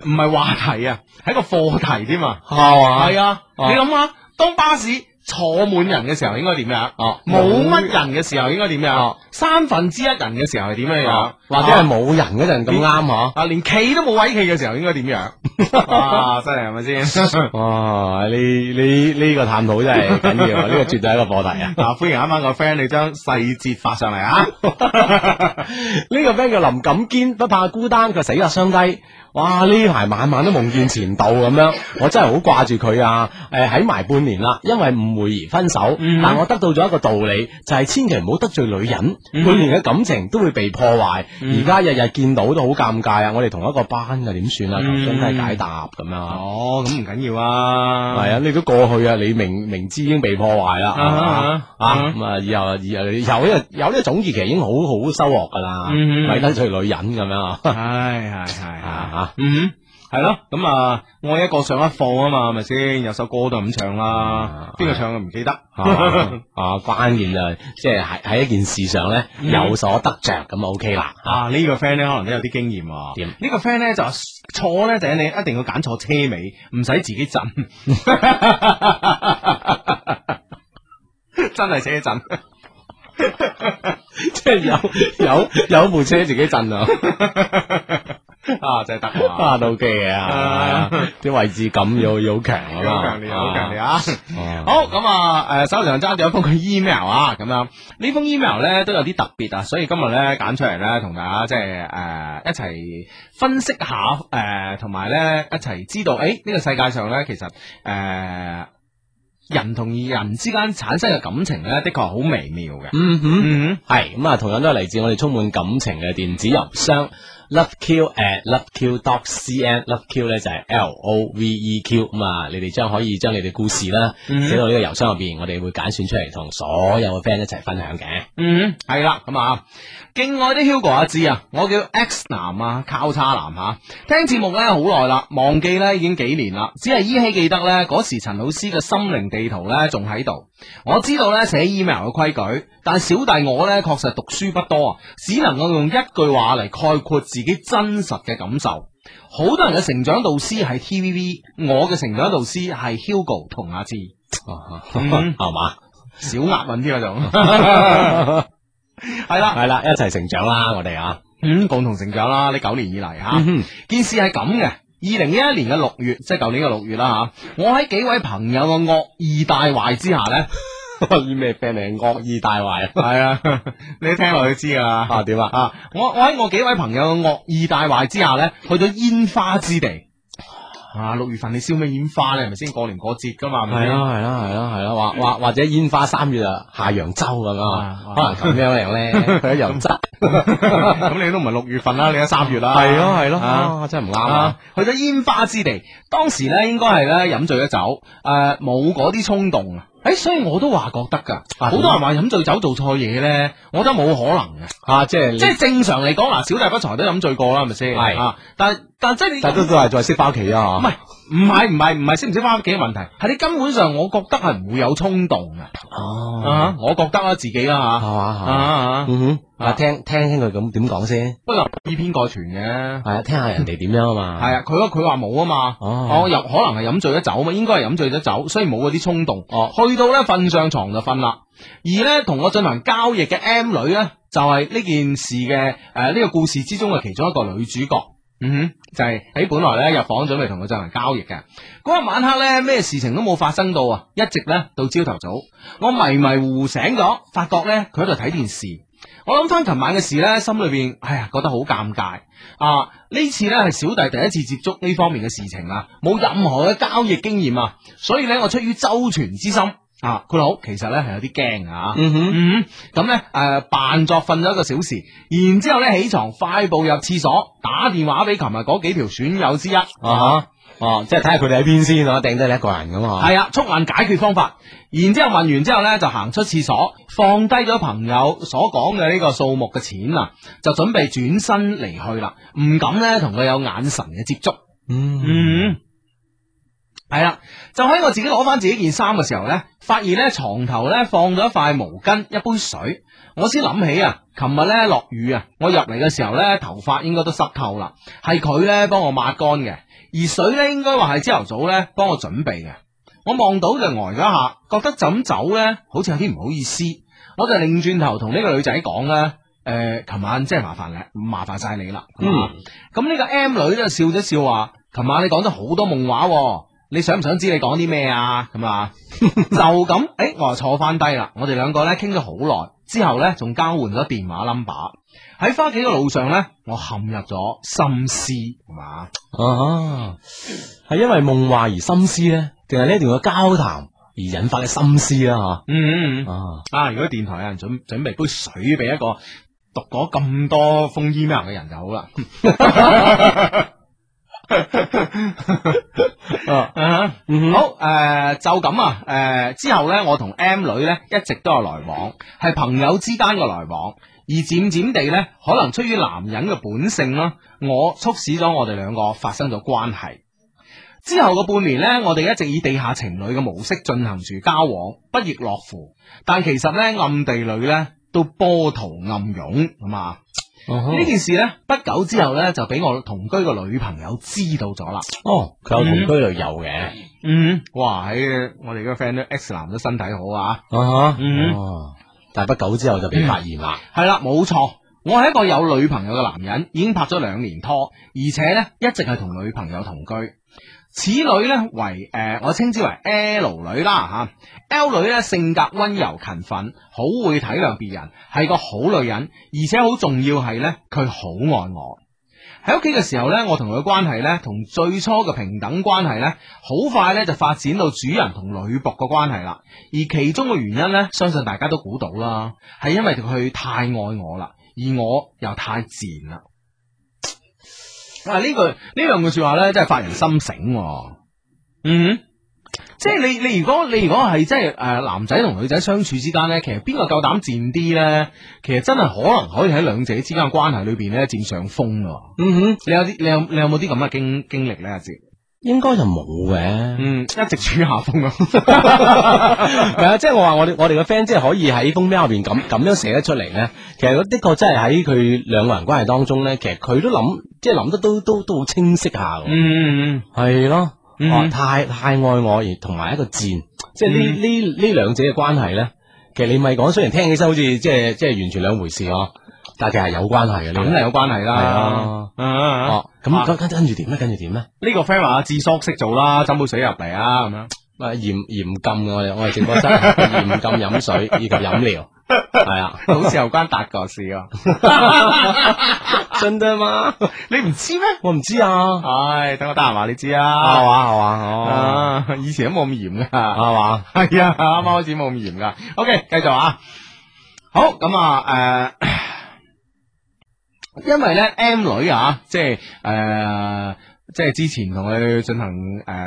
S2: 唔係話題啊，係一個課題添啊。
S3: 係嘛
S2: 係啊，你
S3: 哦
S2: 諗下，當巴士坐滿人嘅時候應該點樣？啊
S3: 哦
S2: 冇乜人嘅時候應該點樣
S3: 哦？
S2: 三分之一人嘅時候係點樣樣
S3: 啊？或者係冇人嗰陣咁啱嗬。
S2: 啊，連企都冇位企嘅時候應該點樣？ *laughs* 啊，真係係咪先？ *laughs*
S3: 哇！呢呢呢個探討真係緊要啊！呢個絕對係一個課題啊！
S2: 嗱，歡迎啱啱個 friend 你將細節發上嚟啊！
S3: 呢個 friend 叫林錦堅，不怕孤單，佢死啦雙低。哇！呢排晚晚都夢見前度咁樣，我真係好掛住佢啊！誒、喺埋半年啦，因為誤會而分手，
S2: 嗯
S3: 但我得到咗一個道理，就係、千祈唔好得罪女人，
S2: 嗯
S3: 每年嘅感情都會被破壞。而家日日見到都好尷尬啊！我哋同一個班嘅點算
S2: 嗯
S3: 啊？求雙低解答咁樣啊！
S2: 哦，咁唔緊要啊，
S3: 系啊，你都過去啊，你明明知已經被破壞啦，
S2: 啊
S3: 啊
S2: 啊啊
S3: 咁啊，以後以後有呢個有呢個總結期已經好好收穫噶啦，
S2: 嗯
S3: 咪得罪女人咁樣
S2: *laughs*
S3: 啊，
S2: 唉，係係係。
S3: 啊
S2: 嗯，系咯，咁啊，愛一個上一課啊嘛，係咪先？有首歌都係咁唱啦
S3: 啊，
S2: 邊個唱嘅唔 *laughs* 記得。
S3: 啊啊，關鍵就係即係喺喺一件事上咧
S2: 嗯
S3: 有所得着咁啊 OK
S2: *laughs*
S3: 啦，
S2: 啊，呢個 friend 咧可能都有啲經驗喎。
S3: 點
S2: 呢個 friend 咧就話錯咧就係你一定要揀錯車尾，唔使自己 *laughs* 震。真係車震，
S3: 即係有有有部車自己震啊，
S2: 啊，真係得啊！
S3: *laughs* 啊都 OK 嘅，啊
S2: 啊
S3: 啲位置感要要好強
S2: 好
S3: 啊嘛，
S2: 強烈，好強烈
S3: 啊
S2: 啊！
S3: 啊
S2: 好咁啊，诶、手上揸住一封佢 email 啊，咁樣呢封 email 咧都有啲特別啊，所以今日咧揀出嚟咧，同大家即係诶一齊分析下诶，同埋咧一齊知道，诶、呢、個世界上咧其實诶。人同人之間產生嘅感情咧，的確係好微妙嘅。
S3: 嗯哼。
S2: 嗯
S3: 系咁啊，同樣都係嚟自我哋充滿感情嘅電子郵箱 loveq at loveq dot cn。loveq 咧就係 L O V E Q 咁啊，你哋將可以將你哋故事啦
S2: 嗯
S3: 寫到呢個郵箱入邊，我哋會揀選出嚟同所有嘅 friend 一齊分享嘅。
S2: 嗯，系啦，咁啊，敬愛的 Hugo 阿志啊，我叫 X 男啊，交叉男吓、聽聽節目咧好耐啦，忘記咧已經幾年啦，只係依稀記得咧嗰時陳老師嘅心靈地圖咧仲喺度，我知道咧寫 email 嘅規矩，但小弟我咧確實讀書不多啊，只能夠用一句話嚟概括自己真實嘅感受。好多人嘅成長導師係 TVB，我嘅成長導師係 Hugo 同阿志，
S3: 哦 *laughs*
S2: 嗯
S3: 係嘛？
S2: 小押韻啲 *laughs* 嗰種，係啦。
S3: 係啦，一齊成長啦，我哋啊。
S2: 嗯，共同成長啦，呢九年以嚟吓，
S3: *laughs* 嗯
S2: 件事係咁嘅。二零一一年嘅六月，即係舊年嘅六月啦吓，我喺幾位朋友嘅惡意帶壞之下
S3: *laughs*
S2: 呢， *laughs*
S3: 咩 friend 嚟？惡意大壞
S2: 係啊，你聽落去知噶啦
S3: 啊？點啊？
S2: 啊！我我喺我幾位朋友嘅惡意帶壞之下呢，去咗煙花之地。啊，六月份你燒咩煙花呢？係咪先過年過節噶嘛？係咪
S3: 係
S2: 先
S3: 啦，係啦，係啦，係啦，或或或者煙花三月啊，下揚州咁啊，可能咁樣樣
S2: *laughs*
S3: 咧，去咗揚州。
S2: 咁你都唔係六月份啦，你喺三月啦。
S3: 係咯係咯，
S2: 啊
S3: 啊真係唔啱啊
S2: 啊！，去咗煙花之地，當時咧應該係咧飲醉咗酒，誒冇嗰啲衝動啊！誒、所以我都話覺得㗎，好多人話飲醉酒做錯嘢咧，我覺得冇可能嘅，
S3: 啊，即係你
S2: 即係正常嚟講，嗱，小弟不才都飲醉過啦，係咪先？
S3: 係
S2: 啊，但但即係你
S3: 但都都係再識翻屋企啊，
S2: 唔係唔係唔係唔係識唔識翻屋企嘅問題，係你根本上我覺得係唔會有衝動嘅，
S3: 哦，
S2: 啊，我覺得啦自己啦
S3: 係
S2: 嚇。
S3: 嘛，係
S2: 啊
S3: 嘛
S2: 啊！
S3: 嗯哼，
S2: 啊
S3: 啊聽聽聽佢咁點講先，
S2: 不能以偏概全嘅，
S3: 係啊，聽下人哋點樣啊嘛，
S2: 係啊，佢佢話冇啊嘛，
S3: 哦，
S2: 我有可能係飲醉咗酒嘛，應該係飲醉咗酒，所以冇嗰啲衝動。
S3: 哦
S2: 去到呢瞓上床就瞓啦。而呢同我進行交易嘅 M 女呢，就係、呢件事嘅誒呢個故事之中嘅其中一個女主角。嗯哼，就係、喺本來呢入房準備同佢進行交易嘅嗰日晚黑呢，咩事情都冇發生到啊！一直呢到朝頭早，我迷迷糊糊醒咗，發覺呢，佢喺度睇電視。我諗翻琴晚嘅事呢，心裏邊哎呀覺得好尷尬啊！呢次呢係小弟第一次接觸呢方面嘅事情啊，冇任何嘅交易經驗啊，所以呢，我出於周全之心啊，佢好，其實呢係有啲驚啊。
S3: 嗯哼，
S2: 嗯，咁呢，誒、扮作瞓咗一個小時，然之後咧起床快步入廁所，打電話俾琴日嗰幾條損友之一，
S3: 啊哈，哦，即係睇下佢哋喺邊先啊，掟低你一個人咁啊，
S2: 係啊，速問解決方法。然之後問完之後呢，就行出廁所，放低咗朋友所講嘅呢個數目嘅錢啊，就準備轉身離去啦，唔敢呢同佢有眼神嘅接觸。
S3: 嗯，
S2: 嗯，係啦，就喺我自己攞翻自己件衫嘅時候呢，發現呢床頭呢放咗一塊毛巾、一杯水，我先諗起啊，琴日呢落雨啊，我入嚟嘅時候呢，頭髮應該都濕透啦，係佢呢幫我抹乾嘅，而水呢應該話係朝頭早呢幫我準備嘅。我望到就呆咗一下，覺得就咁走呢好似有啲唔好意思，我就擰轉頭同呢個女仔講呢：誒，琴晚真係麻煩你，麻煩晒你啦。
S3: 嗯
S2: 咁呢個 M 女咧笑咗笑話：，琴晚你講咗好多夢話喎，你想唔想知你講啲咩啊？咁 *laughs* 啊，就咁，誒、我就坐翻低啦。我哋兩個咧傾咗好耐，之後咧仲交換咗電話 number。喺翻屋企嘅路上咧，我陷入咗深思，係嘛？
S3: 啊，係因為夢話而心思咧，定係呢一段嘅交談而引發嘅心思啦
S2: 嗯嗯
S3: 吓，啊，
S2: 啊，如果電台有人準準備杯水俾一個讀過咁多封 email 嘅人就好啦。 *laughs*
S3: 啊
S2: 啊
S3: 嗯哼，
S2: 好，诶、就咁啊，诶、之後呢，我同 M 女呢一直都有來往，係朋友之間嘅來往，而漸漸地呢，可能出於男人嘅本性啦，我促使咗我哋兩個發生咗關係。之後嘅半年呢，我哋一直以地下情侶嘅模式進行住交往，不亦樂乎。但其實呢，暗地裏呢，都波濤暗湧咁啊！
S3: 啊哈
S2: 呢件事呢，不久之後呢，就俾我同居嘅女朋友知道咗啦。
S3: 哦，佢有同居女友嘅。
S2: 嗯，哇！喺我哋個 friend 都 X 男都身體好啊，
S3: 啊哈，
S2: 嗯
S3: 哦，但係不久之後就被發現啦。
S2: 係啦，冇錯，我係一個有女朋友嘅男人，已經拍咗兩年拖，而且呢一直係同女朋友同居。此女呢為誒、呃我稱之為 L 女啦嚇、l 女呢性格温柔勤奮，好會體諒別人，係個好女人，而且好重要係呢，佢好愛我。喺屋企嘅時候呢，我同佢嘅關係呢，同最初嘅平等關係呢，好快呢就發展到主人同女仆嘅關係啦。而其中嘅原因呢，相信大家都估到啦，係因為佢太愛我啦，而我又太賤啦。啊！呢句呢兩句说話呢，真係發人心醒、喎。嗯哼。即係你你如果你如果係即係诶男仔同女仔相處之間呢，其實邊個夠膽賤啲呢？其實真係可能可以喺兩者之間嘅關係裏边呢，佔上風噶。
S3: 嗯哼，
S2: 你有啲你有你有冇啲咁嘅經经历咧？阿哲，
S3: 應該就冇嘅。
S2: 嗯，一直處於下風啊。
S3: 系啊，即系我话我哋我哋嘅 friend 即系可以喺封面入边咁咁样写得出嚟咧，其实的确真系喺佢两个人关系当中咧，其实佢都谂即系谂得都都都好清晰下嘅，
S2: 嗯嗯
S3: 系咯、
S2: 嗯
S3: 啊太太爱我而同埋一个贱，即系呢
S2: 嗯
S3: 呢呢两者嘅关系咧，其实你咪講，雖然聽起身好似即係即係完全兩回事哦，但係其實有關係嘅呢
S2: 嗯，梗係有關係
S3: 係
S2: 啦。
S3: 啊。
S2: 啊啊啊
S3: 哦，咁跟跟跟住點咧？跟住點咧？
S2: 呢個 friend 話阿智叔識做啦，斟杯水入嚟啊，咁樣。
S3: 啊，嚴嚴禁嘅我哋我哋直 *laughs* 播室嚴禁飲水以及飲料，係啊。
S2: *laughs* 好似有關達哥事啊，
S3: *laughs* 真的嗎？
S2: *laughs* 你唔知咩？
S3: *laughs* 我唔知啊，
S2: 唉，等我得閒話你知
S3: 係
S2: 啊。
S3: 嘛係哦嘛，
S2: 啊，以前都冇咁嚴
S3: 哦，
S2: 噶。
S3: 係嘛，
S2: 係啊，啱啱開始冇咁嚴噶。OK，繼續啊。好，咁啊，诶、因為咧 M 女啊，即係诶。誒即係之前同佢進行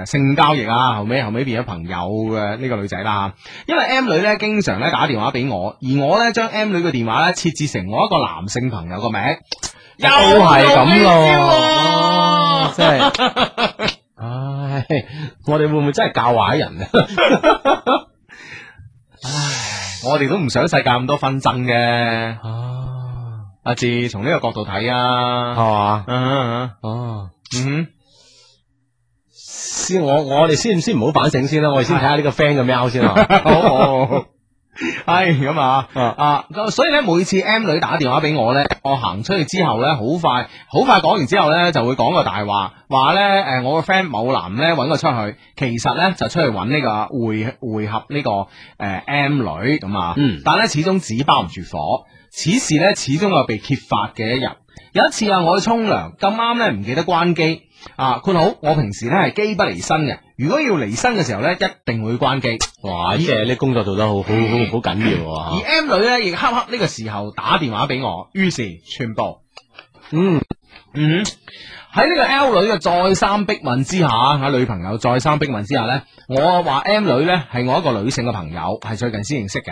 S2: 誒、性交易啊，後尾後尾變咗朋友嘅呢個女仔啦。因為 M 女咧經常咧打電話俾我，而我咧將 M 女嘅電話咧設置成我一個男性朋友個名，
S3: 都係咁
S2: 用呢招
S3: 咯
S2: 啊，
S3: *laughs* 真係。唉，我哋會唔會真係教壞人啊？
S2: 我哋都唔想世界咁多紛爭嘅。
S3: 哦，
S2: 阿志從呢個角度睇啊，
S3: 係嘛，
S2: 嗯嗯
S3: 哦，
S2: 嗯
S3: 先我我哋先先唔好反省先啦，我哋先睇下呢個 friend 嘅喵先啊。
S2: *laughs* 哼，好好好。系咁啊，啊，咁所以咧，每次 M 女打電話俾我咧，我行出去之後咧，好快，好快講完之後咧，就會講個大話，話咧，诶，呃我個 friend 某男咧揾我出去，其實咧就出去揾呢個會會合呢、個诶 M 女咁啊，
S3: 嗯
S2: 但咧始終紙包唔住火，此事咧始終有被揭發嘅一日。有一次啊，我去沖涼，咁啱咧唔記得關機啊，括好，我平時咧係機不離身嘅，如果要離身嘅時候咧，一定會關機。
S3: 哇，即係呢工作做得好好好好緊要
S2: 嗯而
S3: 喎。
S2: M 女咧亦恰恰呢個時候打電話俾我，於是全部
S3: 嗯，
S2: 嗯喺呢個 L 女嘅再三逼問之下，喺女朋友再三逼問之下呢，我話 M 女呢係我一個女性嘅朋友，係最近先認識嘅。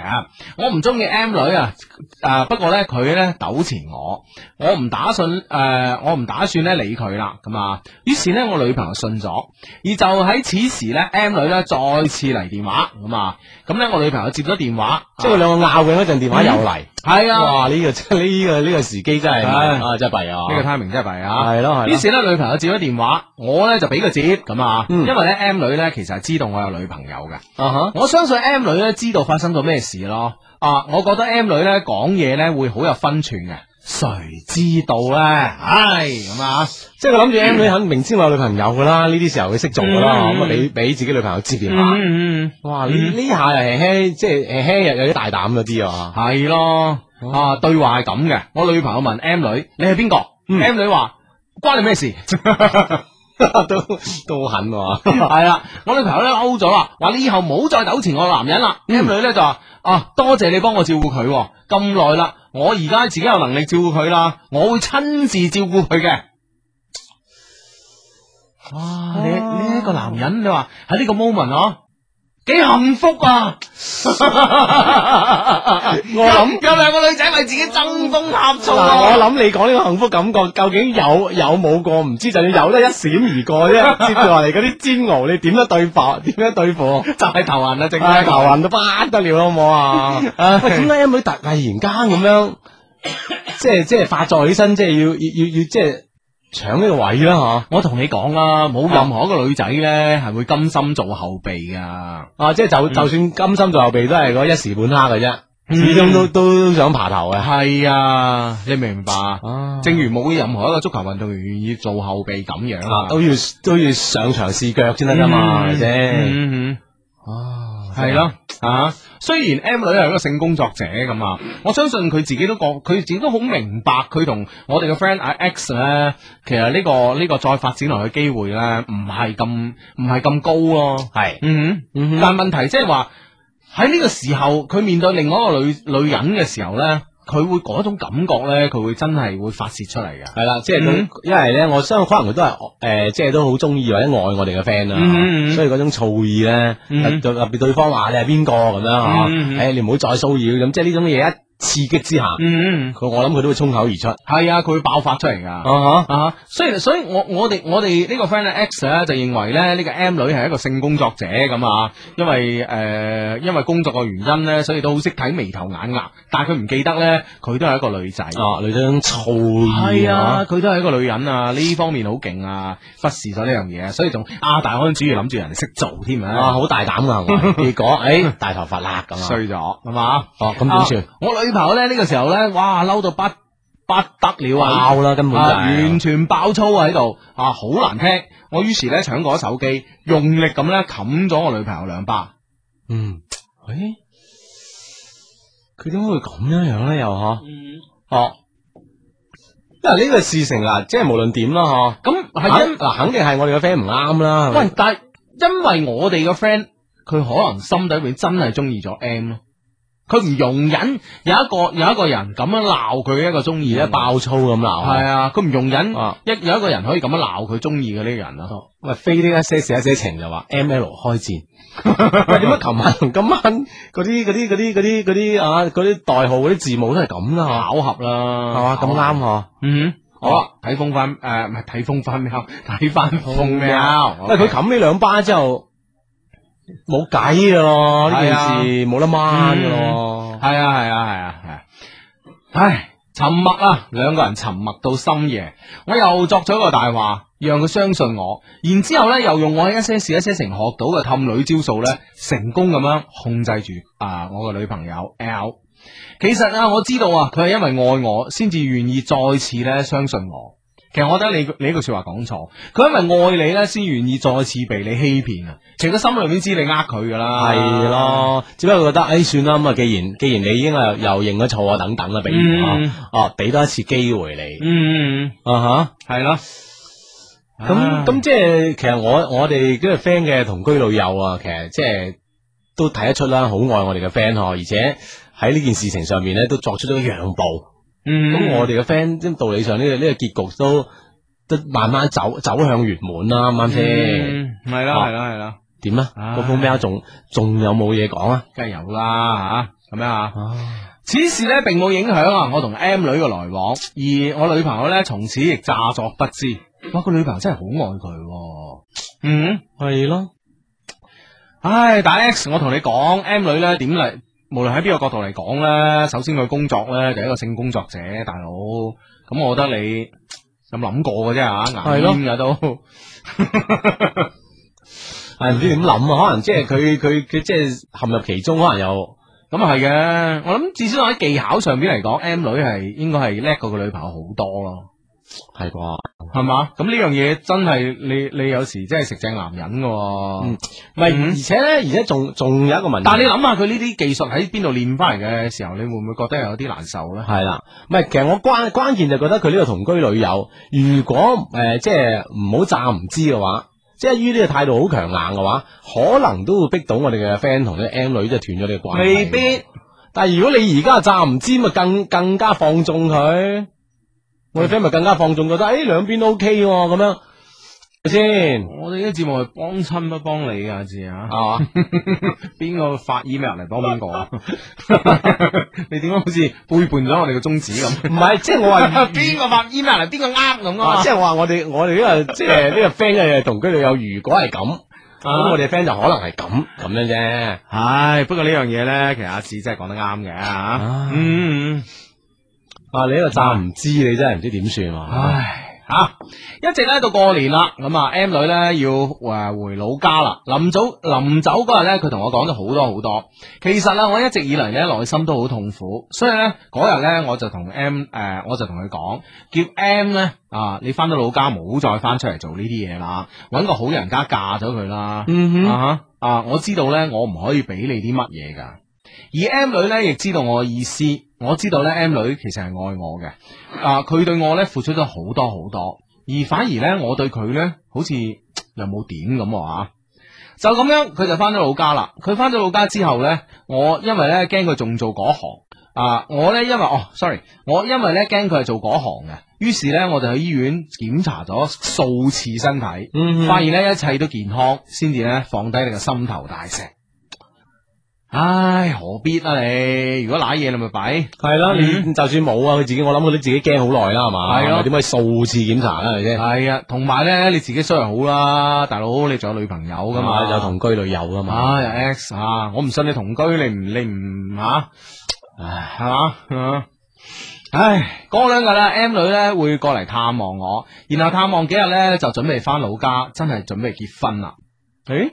S2: 我唔中意 M 女啊，誒、不過呢，佢呢糾纏我，我唔打算誒、我唔打算呢理佢啦，咁啊，於是呢，我女朋友信咗，而就喺此時呢 m 女呢再次嚟電話，咁啊，咁呢，我女朋友接咗電話，啊
S3: 即係佢兩個拗緊嗰陣，電話又嚟。
S2: 係啊。
S3: 哇！呢個真係呢個呢個時機真係
S2: 唉
S3: 啊，真係弊啊。
S2: 呢個 timing 真係弊啊！
S3: 係咯係咯
S2: 於是咧，女朋友接咗電話，我咧就俾佢接咁啊，
S3: 嗯
S2: 因為咧 M 女咧其實係知道我有女朋友嘅，
S3: 啊哈，
S2: 我相信 M 女咧知道發生咗咩事咯。啊，我覺得 M 女咧講嘢咧會好有分寸嘅，誰知道咧？唉，咁啊，
S3: 即係佢諗住 M 女肯明知我有女朋友噶啦，呢啲時候佢識做噶啦，
S2: 嗯
S3: 咁啊俾俾自己女朋友接電話。
S2: 嗯，
S3: 哇！呢呢下又輕輕，即係輕輕又有啲大膽嗰啲啊！哦
S2: 係咯，啊，對話係咁嘅。我女朋友問 M 女：你係邊個
S3: 嗯
S2: ？M 女話：關你咩事？
S3: *laughs*
S2: *laughs*
S3: 都都好狠喎，
S2: 系啦，啊我女朋友咧勾咗啦，話你以後唔好再糾纏我男人啦。M
S3: 嗯
S2: 女咧就話啊，多謝你幫我照顧佢喎，咁耐啦，我而家自己有能力照顧佢啦，我會親自照顧佢嘅。哇！你呢一個男人，你話喺呢個 moment 啊，幾幸福啊！我諗有兩個女仔為自己爭風呷醋
S3: 嗱，我
S2: 啊！
S3: 諗你講呢個幸福感覺，究竟有有冇過唔知，就算有得一閃而過 *laughs* 啫。接住落嚟嗰啲煎熬，你點樣對付？ *laughs* 點樣對付？
S2: 就係頭痕啦，正
S3: 唉，
S2: 係
S3: 頭暈到不得了，好唔好 *laughs* 啊？喂，點解 M 女突突然間咁樣，即係即係發作起身，即係要要要要即係搶呢個位啦，啊嗬？
S2: 我同你講啦，冇任何一個女仔咧係會甘心做後備噶。
S3: 啊，即係就就算甘心做後備，都係嗰一時半刻嘅啫，
S2: 嗯
S3: 始終都都想爬頭嘅。
S2: 係啊，你明唔明白啊？
S3: 啊
S2: 正如冇任何一個足球運動員願意做後備咁樣
S3: 啊，
S2: 啊，嗯
S3: 都要都要上場試腳先得噶嘛，係咪先？
S2: 嗯嗯
S3: 啊，
S2: 系咯，啊，虽然 M 女系一个性工作者咁啊，我相信佢自己都覺，佢自己都好明白，佢同我哋嘅 friend 阿 X 咧，其實呢、個呢、個再發展落去嘅機會咧，唔係咁唔係咁高咯。
S3: 系，
S2: 嗯
S3: 嗯
S2: 哼，但問題即係話喺呢個時候，佢面對另外一個女女人嘅時候咧，佢會嗰種感覺咧，佢會真係會發泄出嚟嘅。
S3: 系啦，即系
S2: 嗯
S3: 佢，因为咧，我相信可能佢都系诶，即系都好中意或者爱我哋嘅 friend 啊
S2: 嗯嗯嗯
S3: 啦，所以嗰種醋意咧，
S2: 嗯
S3: 特特別對方話你係邊個咁樣啊
S2: 嗯嗯嗯
S3: 誒你唔好再騷擾咁，即係呢種嘢一刺激之下，
S2: 嗯，
S3: 佢我諗佢都會衝口而出。
S2: 係啊，佢會爆發出嚟㗎。
S3: 啊
S2: 啊，所以所以我我哋我哋呢個 friend 咧 X 咧就認為咧呢、個 M 女係一個性工作者咁啊，因為誒、呃因為工作嘅原因咧，所以都好識睇眉頭眼額，但係佢唔記得咧，佢都係一個女仔。
S3: 啊，女仔嗰種醋意
S2: 係啊，，佢都係一個女人啊，呢方面好勁啊，忽視咗呢樣嘢，所以仲啊大安主義諗住人哋識做添
S3: 啊，
S2: 啊，哎
S3: 好大膽噶，
S2: *laughs*
S3: 結果誒大頭髮啦咁啊，
S2: 衰咗係嘛？
S3: 哦咁點算
S2: 啊？我女朋友咧呢個時候咧，哇嬲到不不得了啊！
S3: 爆啦，根本就
S2: 啊，完
S3: 係
S2: 全爆粗啊喺度啊，好難聽。我於是咧搶過手機，用力咁咧冚咗我女朋友兩巴。
S3: 嗯，誒，佢點會咁樣樣咧？又嗬？哦，因為呢個事情啊，即係無論點啦，嗬，
S2: 咁係
S3: 肯
S2: 因
S3: 嗱肯定係我哋個 friend 唔啱啦，係咪
S2: 喂，但係因為我哋嘅 friend，佢可能心底裏真係中意咗 M 咯。佢唔容忍有一個有一個人咁樣鬧佢一個中意
S3: 而
S2: 咧
S3: 家
S2: 爆。
S3: 爆粗咁鬧，
S2: 係啊，佢唔容忍
S3: 啊
S2: 一有一個人可以咁樣鬧佢中意嘅呢個人啊。
S3: 喂，非呢一些事一些情就話 M L 開戰，
S2: *laughs*
S3: 喂，點解琴晚同今晚嗰啲嗰啲嗰啲嗰啲嗰啲啊嗰啲代號嗰啲字母都係咁啦，
S2: 巧合
S3: 係
S2: 啦，
S1: 啊
S3: 嘛哎哦咁啱嗬？
S2: 嗯，
S3: 啊好
S2: 好
S3: 啊
S2: 啦，睇風翻誒，唔係睇風翻喵，睇翻風喵。
S3: 喵，喂，佢冚呢兩巴之後冇計噶咯，呢件事
S2: 啊
S3: 冇得掹噶咯，
S2: 系啊系啊系啊系啊！唉，沉默啊，兩個人沉默到深夜，我又作咗一個大話，讓佢相信我，然之后咧又用我一些事一些情學到嘅氹女招數咧，成功咁樣控制住啊我嘅女朋友 L。其實啊，我知道啊，佢係因為愛我，先至願意再次咧相信我。其實我覺得你你呢句说話講錯，佢因為愛你咧，先願意再次被你欺騙啊！其實佢心裏面知你呃佢噶啦，
S3: 係
S2: 啊
S3: 咯，只不過覺得誒算啦，咁啊，既然既然你已經係又認咗錯啊，等等啦，俾
S2: 嗯，
S3: 啊哦，俾多一次機會你
S2: 嗯，嗯
S3: 啊吓。
S2: 系咯。啊
S3: 咁咁即係其實我我哋嗰個 friend 嘅同居老友啊，其實即係都睇得出啦，好愛我哋嘅 friend 嗬，而且喺呢件事情上面咧都作出咗讓步。咁、
S2: 咁
S3: 我哋嘅 friend 即係道理上呢、個呢、個結局都都慢慢走走向圓滿啦，啱唔
S2: 嗯
S3: 啱先？
S2: 系啦系啦系啦，
S3: 點啊？
S2: 唉
S3: 嗰封 mail 仲仲有冇嘢講啊？
S2: 梗系有啦吓，咁样啊。此事咧並冇影響啊，我同 M 女嘅來往，而我女朋友咧從此亦詐作不知。哇，個女朋友真係好愛佢喎、嗯。
S3: 係咯，
S2: 唉，打 X，我同你講，M 女咧點嚟？無論喺邊個角度嚟講咧，首先佢工作咧就係一個性工作者，大佬。咁我覺得你有冇諗過嘅啫吓，
S3: 係咯
S2: 牙煙
S3: *laughs*
S2: 噶都。
S3: 係唔知點諗啊？可能即係
S2: *laughs*
S3: 佢佢佢即係陷入其中，可能又
S2: 咁系嘅，我諗至少喺技巧上邊嚟講，M 女係應該係叻過佢女朋友好多咯，
S3: 係啩。
S2: 係嘛？咁呢樣嘢真係你你有時真係食正男人嘅喎，
S3: 嗯唔係，
S2: 嗯
S3: 而且咧，而且仲仲有一個問題。
S2: 但係你諗下佢呢啲技術喺邊度練翻嚟嘅時候，你會唔會覺得有啲難受咧？
S3: 系啦，唔系，其實我關关键就覺得佢呢個同居女友，如果诶、呃即係唔好詐唔知嘅話，即係於呢個態度好強硬嘅話，可能都會逼到我哋嘅 friend 同呢個 M 女即係斷咗呢個關係。
S2: 未必。
S3: 但係如果你而家詐唔知，咪更更加放縱佢，我哋 friend 咪更加放縱，覺得诶兩邊都 OK 喎，咁樣，係咪先？
S2: 我哋呢啲節目係幫親不幫你噶，知啊？
S3: 啊，
S2: 邊個發 email 嚟幫邊個啊？你點解好似背叛咗我哋嘅宗旨咁？
S3: 唔係，即係我
S2: *laughs*
S3: 話。
S2: 邊個發 email 嚟？邊個呃咁
S3: 啊，即係我話我哋我哋呢、個即係呢個 *laughs* friend 嘅同居女友，如果係
S2: 啊
S3: 咁，咁我哋 friend 就可能係咁咁樣啫。
S2: 唉，不過呢樣嘢咧，其實阿志真係講得啱嘅吓
S3: 啊。
S2: 嗯嗯。嗯
S3: 啊！你呢個站唔知，你真係唔知點算喎。
S2: 唉，啊！一直咧到過年啦，咁啊 M 女咧要诶回老家啦。臨早臨走嗰日咧，佢同我講咗好多好多。其實咧，我一直以嚟咧內心都好痛苦，所以咧嗰日咧我就同 M 诶、我就同佢講，叫 M 咧啊，你翻到老家唔好再翻出嚟做呢啲嘢啦，搵個好人家嫁咗佢啦。
S3: 嗯哼，
S2: 啊哈啊！我知道咧，我唔可以俾你啲乜嘢噶。而 M 女咧亦知道我嘅意思，我知道咧 M 女其實係愛我嘅。啊，佢對我咧付出咗好多好多，而反而咧我對佢咧好似嘖又冇點咁喎啊！就咁樣，佢就翻咗老家啦。佢翻咗老家之後咧，我因為咧驚佢仲做嗰行。啊！我咧因為哦，sorry，我因為咧驚佢係做嗰行嘅，於是咧我就去醫院檢查咗數次身體，
S3: 嗯
S2: 發現咧一切都健康，先至咧放低你個心頭大石。唉，何必啊你？如果濑嘢你咪弊。
S3: 系啦，
S2: 嗯
S3: 你就算冇啊，佢自己我諗佢都自己驚好耐啦，係嘛？
S2: 係咯
S3: 咪點解數次檢查啦，係咪先？
S2: 系啊，同埋咧你自己衰好啦，大佬你仲有女朋友
S3: 咁
S2: 噶嘛，
S3: 啊，有同居女友噶嘛？
S2: 啊有 X 啊，我唔信你同居，你唔你唔吓，唉系嘛，嗯唉嗰兩日啦，M 啊女咧會過嚟探望我，然後探望幾日咧就準備翻老家，真係準備結婚啦。诶、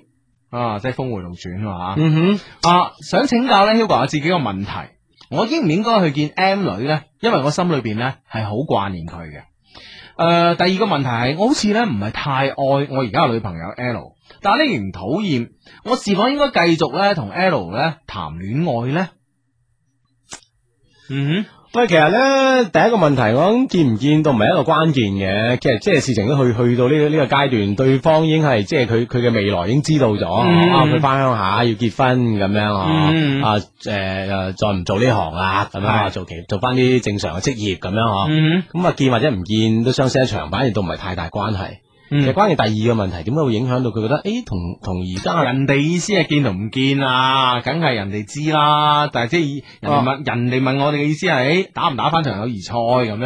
S2: 啊，即係峰回路轉啊嘛。
S3: 嗯哼，
S2: 啊，想請教咧 Hugo 我自己個問題，我應唔應該去見 M 女呢？因為我心裏邊呢係好掛念佢嘅。诶、第二個問題係，我好似呢唔係太愛我而家嘅女朋友 L，但係呢仍然討厭，我是否應該繼續呢同 L 呢談戀愛呢？嗯
S3: 喂，其實咧第一個問題，我諗見唔見到唔係一個關鍵嘅，其實即係事情都去去到呢個呢個階段，對方已經係即係佢佢嘅未來已經知道咗，
S2: 嗯
S3: 啊佢翻鄉下要結婚咁樣
S2: 嗯
S3: 啊，啊誒誒再唔做呢行啦，咁樣啊
S2: 係
S3: 做其做翻啲正常嘅職業咁樣嗬。
S2: 哼，嗯
S3: 咁啊見或者唔見都相識一場，反而都唔係太大關係。其實
S2: 嗯哼，
S3: 關鍵第二個問題，點解會影響到佢覺得，诶，同同而家
S2: 人哋意思係見同唔見啊，梗係人哋知啦。但係即係人哋問、人哋問我哋嘅意思係誒打唔打翻場友誼賽咁樣。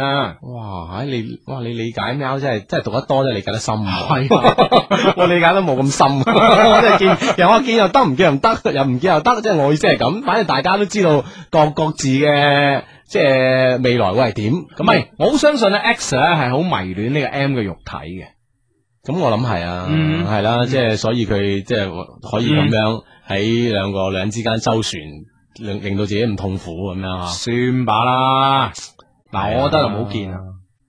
S3: 哇，唉你哇你理解喵真係真係讀得多，真係理解得深喎。
S2: 係啊。
S3: *laughs* 我理解得冇咁深， *laughs* 我真係見又我見又得，唔見又唔得，又唔見又得，即係我意思係咁。反正大家都知道各各自嘅即係未來會係點。
S2: 咁
S3: 咁
S2: 咪
S3: 咪
S2: 我好相信咧，X 咧係好迷戀呢個 M 嘅肉體嘅。
S3: 咁我諗係啊，
S2: 嗯
S3: 係啦，即係所以佢即係可以咁樣喺兩個兩之間周旋，令令到自己唔痛苦咁樣啊。
S2: 算吧啦，
S3: 係
S2: 嗱，
S3: 啊
S2: 我覺得就冇見啊。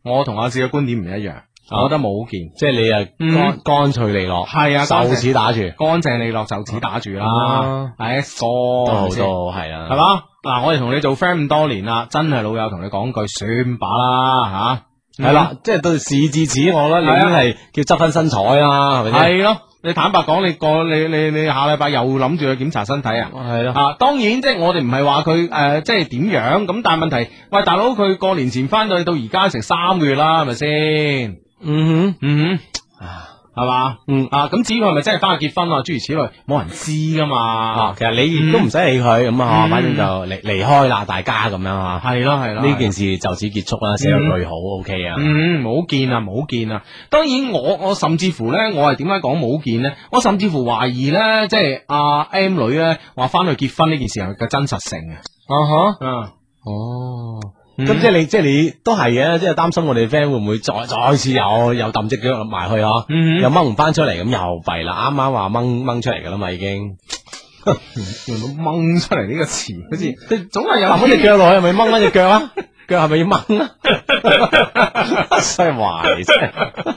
S2: 我同阿志嘅觀點唔一樣，我覺得冇見。
S3: 即係你啊
S2: 嗯
S3: 乾乾脆利落，
S2: 係啊乾
S3: 手
S2: 脆
S3: 指打住。
S2: 乾淨利落就此打住啦
S3: 啊，
S2: 係 X 哥
S3: 都好
S2: 係咪先
S3: 多系啊，
S2: 係？嘛？嗱，我哋同你做 friend 咁多年啦，真係老友同你講句算吧啦
S3: 系
S2: 吓，
S3: 啦，即系到事至此，我覺得你
S2: 係啊
S3: 已經係叫執翻身材啦，係咪先？
S2: 係咯。你坦白講，你個你你你下禮拜又諗住去檢查身體啊？
S3: 係咯，
S2: 啊，當然即係我哋唔係話佢誒，即係點樣咁，但係問題，喂大佬佢過年前翻到去到而家成三個月啦，係咪先？
S3: 嗯哼，
S2: 嗯
S3: 啊
S2: 哼，係嘛？
S3: 嗯
S2: 啊，咁至於佢係咪真係翻去結婚啊？諸如此類，冇人知噶
S3: 啊
S2: 嘛。，
S3: 其實你亦都唔使理佢咁啊，
S2: 嗯
S3: 反正就離離開啦，大家咁樣啊，
S2: 係咯係咯，
S3: 呢件事就此結束啦，寫個句好，OK 啊，
S2: 嗯，冇見啊，冇見啊！當然我我甚至乎咧，我係點解講冇見呢？我甚至乎懷疑咧，即係阿 M 女咧話翻去結婚呢件事係嘅真實性啊。
S3: 啊哈，
S2: 嗯，
S3: 哦。
S2: 嗯
S3: 咁即係你，即係你都係嘅，即係擔心我哋 friend 會唔會再再次有又抌只腳埋去啊，
S2: 嗯
S3: 又掹唔翻出嚟，咁又弊啦。啱啱話掹掹出嚟噶啦嘛，已經
S2: 用到掹出嚟呢個詞，好似總係有
S3: 抌
S2: 啲
S3: 翻只腳落去，係咪掹翻只腳
S2: *laughs*
S3: 啊？腳係咪要掹啊？真係壞真係。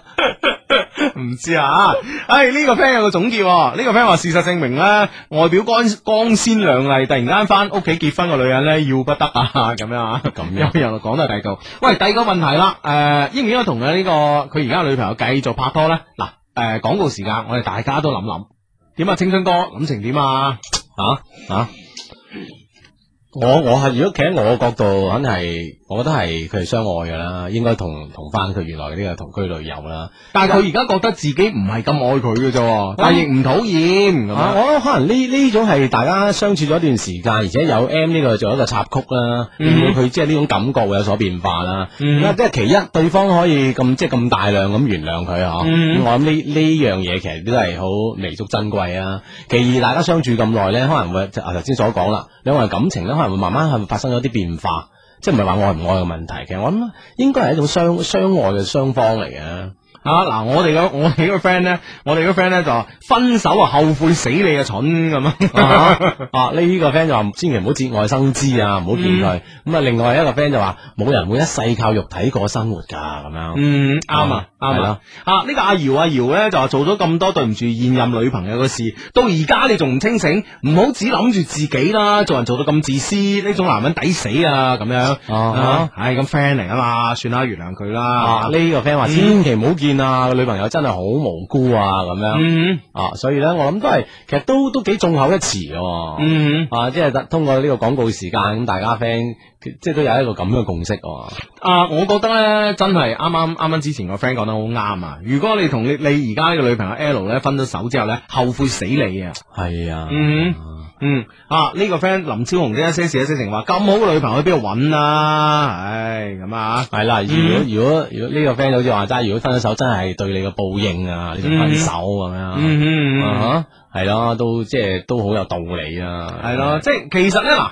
S2: 唔知啊，唉、呢、個 friend 有個總結喎，呢、個 friend 話事實證明咧，外表光光鮮亮麗，突然間翻屋企結婚嘅女人咧，要不得啊，咁樣啊，
S3: 咁樣
S2: 又又講到第二度，喂，第二個問題啦，诶、應唔應該同佢呢個佢而家嘅女朋友繼續拍拖咧？嗱，诶、廣告時間，我哋大家都諗諗，點啊，青春哥諗成點啊？
S3: 啊啊！我我系如果企喺我嘅角度，肯定系，我覺得係佢哋相愛噶啦，應該同同翻佢原來呢個同居女友啦。
S2: 但係佢而家覺得自己唔係咁愛佢嘅啫喎，但係亦唔討厭咁
S3: 啊，
S2: 樣。
S3: 我覺得可能呢呢種係大家相處咗一段時間，而且有 M 呢個做一個插曲啦，令到佢即係呢種感覺會有所變化啦。
S2: 嗯
S3: 咁啊即係其一，對方可以咁即係咁大量咁原諒佢嗬。
S2: 嗯
S3: 咁我諗呢呢樣嘢其實都係好彌足珍貴啊。其二，大家相處咁耐咧，可能會就啊頭先所講啦，兩個人感情咧可能會慢慢係發生咗啲變化。即係唔係話愛唔愛嘅問題，其實我諗應該係一種相相愛嘅雙方嚟嘅。
S2: 啊嗱，我哋個 *laughs* 我哋個 friend 咧，我哋個 friend 咧就話分手啊後悔死你啊蠢咁
S3: *laughs*
S2: 啊，
S3: 啊！呢個 friend 就話千祈唔好節外生枝啊，唔好見
S2: 嗯
S3: 佢。咁啊，另外一個 friend 就話冇人會一世靠肉體過生活㗎咁樣。
S2: 嗯啱啊啱
S3: 係
S2: 啊
S3: 啦，
S2: 啊呢個阿姚阿姚咧就話做咗咁多對唔住現任女朋友嘅事，到而家你仲唔清醒，唔好只諗住自己啦，做人做到咁自私，呢種男人抵死啊咁樣，
S3: 啊
S2: 啊唉咁 friend 嚟啊嘛，算啦原諒佢
S3: 啊！
S2: 啦，
S3: 呢個 friend 話
S2: 嗯
S3: 千祈唔好見啊，個女朋友真係好無辜啊咁樣。
S2: 嗯
S3: 啊，所以咧，我諗都係其實都都幾眾口一詞嘅。
S2: 嗯。
S3: 啊，即係特通過呢個廣告時間，咁大家 friend 即係都有一個咁嘅共識喎。
S2: 啊，我覺得咧，真係啱啱啱啱之前個 friend 講得好啱啊！如果你同你你而家呢個女朋友 L 咧分咗手之後咧，後悔死你啊！
S3: 係啊，
S2: 嗯嗯，啊呢、個 friend 林超雄啲一些事一些情話咁好嘅女朋友去邊度揾啊？唉，咁啊，
S3: 係啦。如果如果如果呢個 friend 好似話齋，如果分咗手真係對你嘅報應啊，你就分手咁樣。
S2: 嗯
S3: 啊哈，係咯，都即係都好有道理啊。
S2: 係咯，，即係其實咧嗱，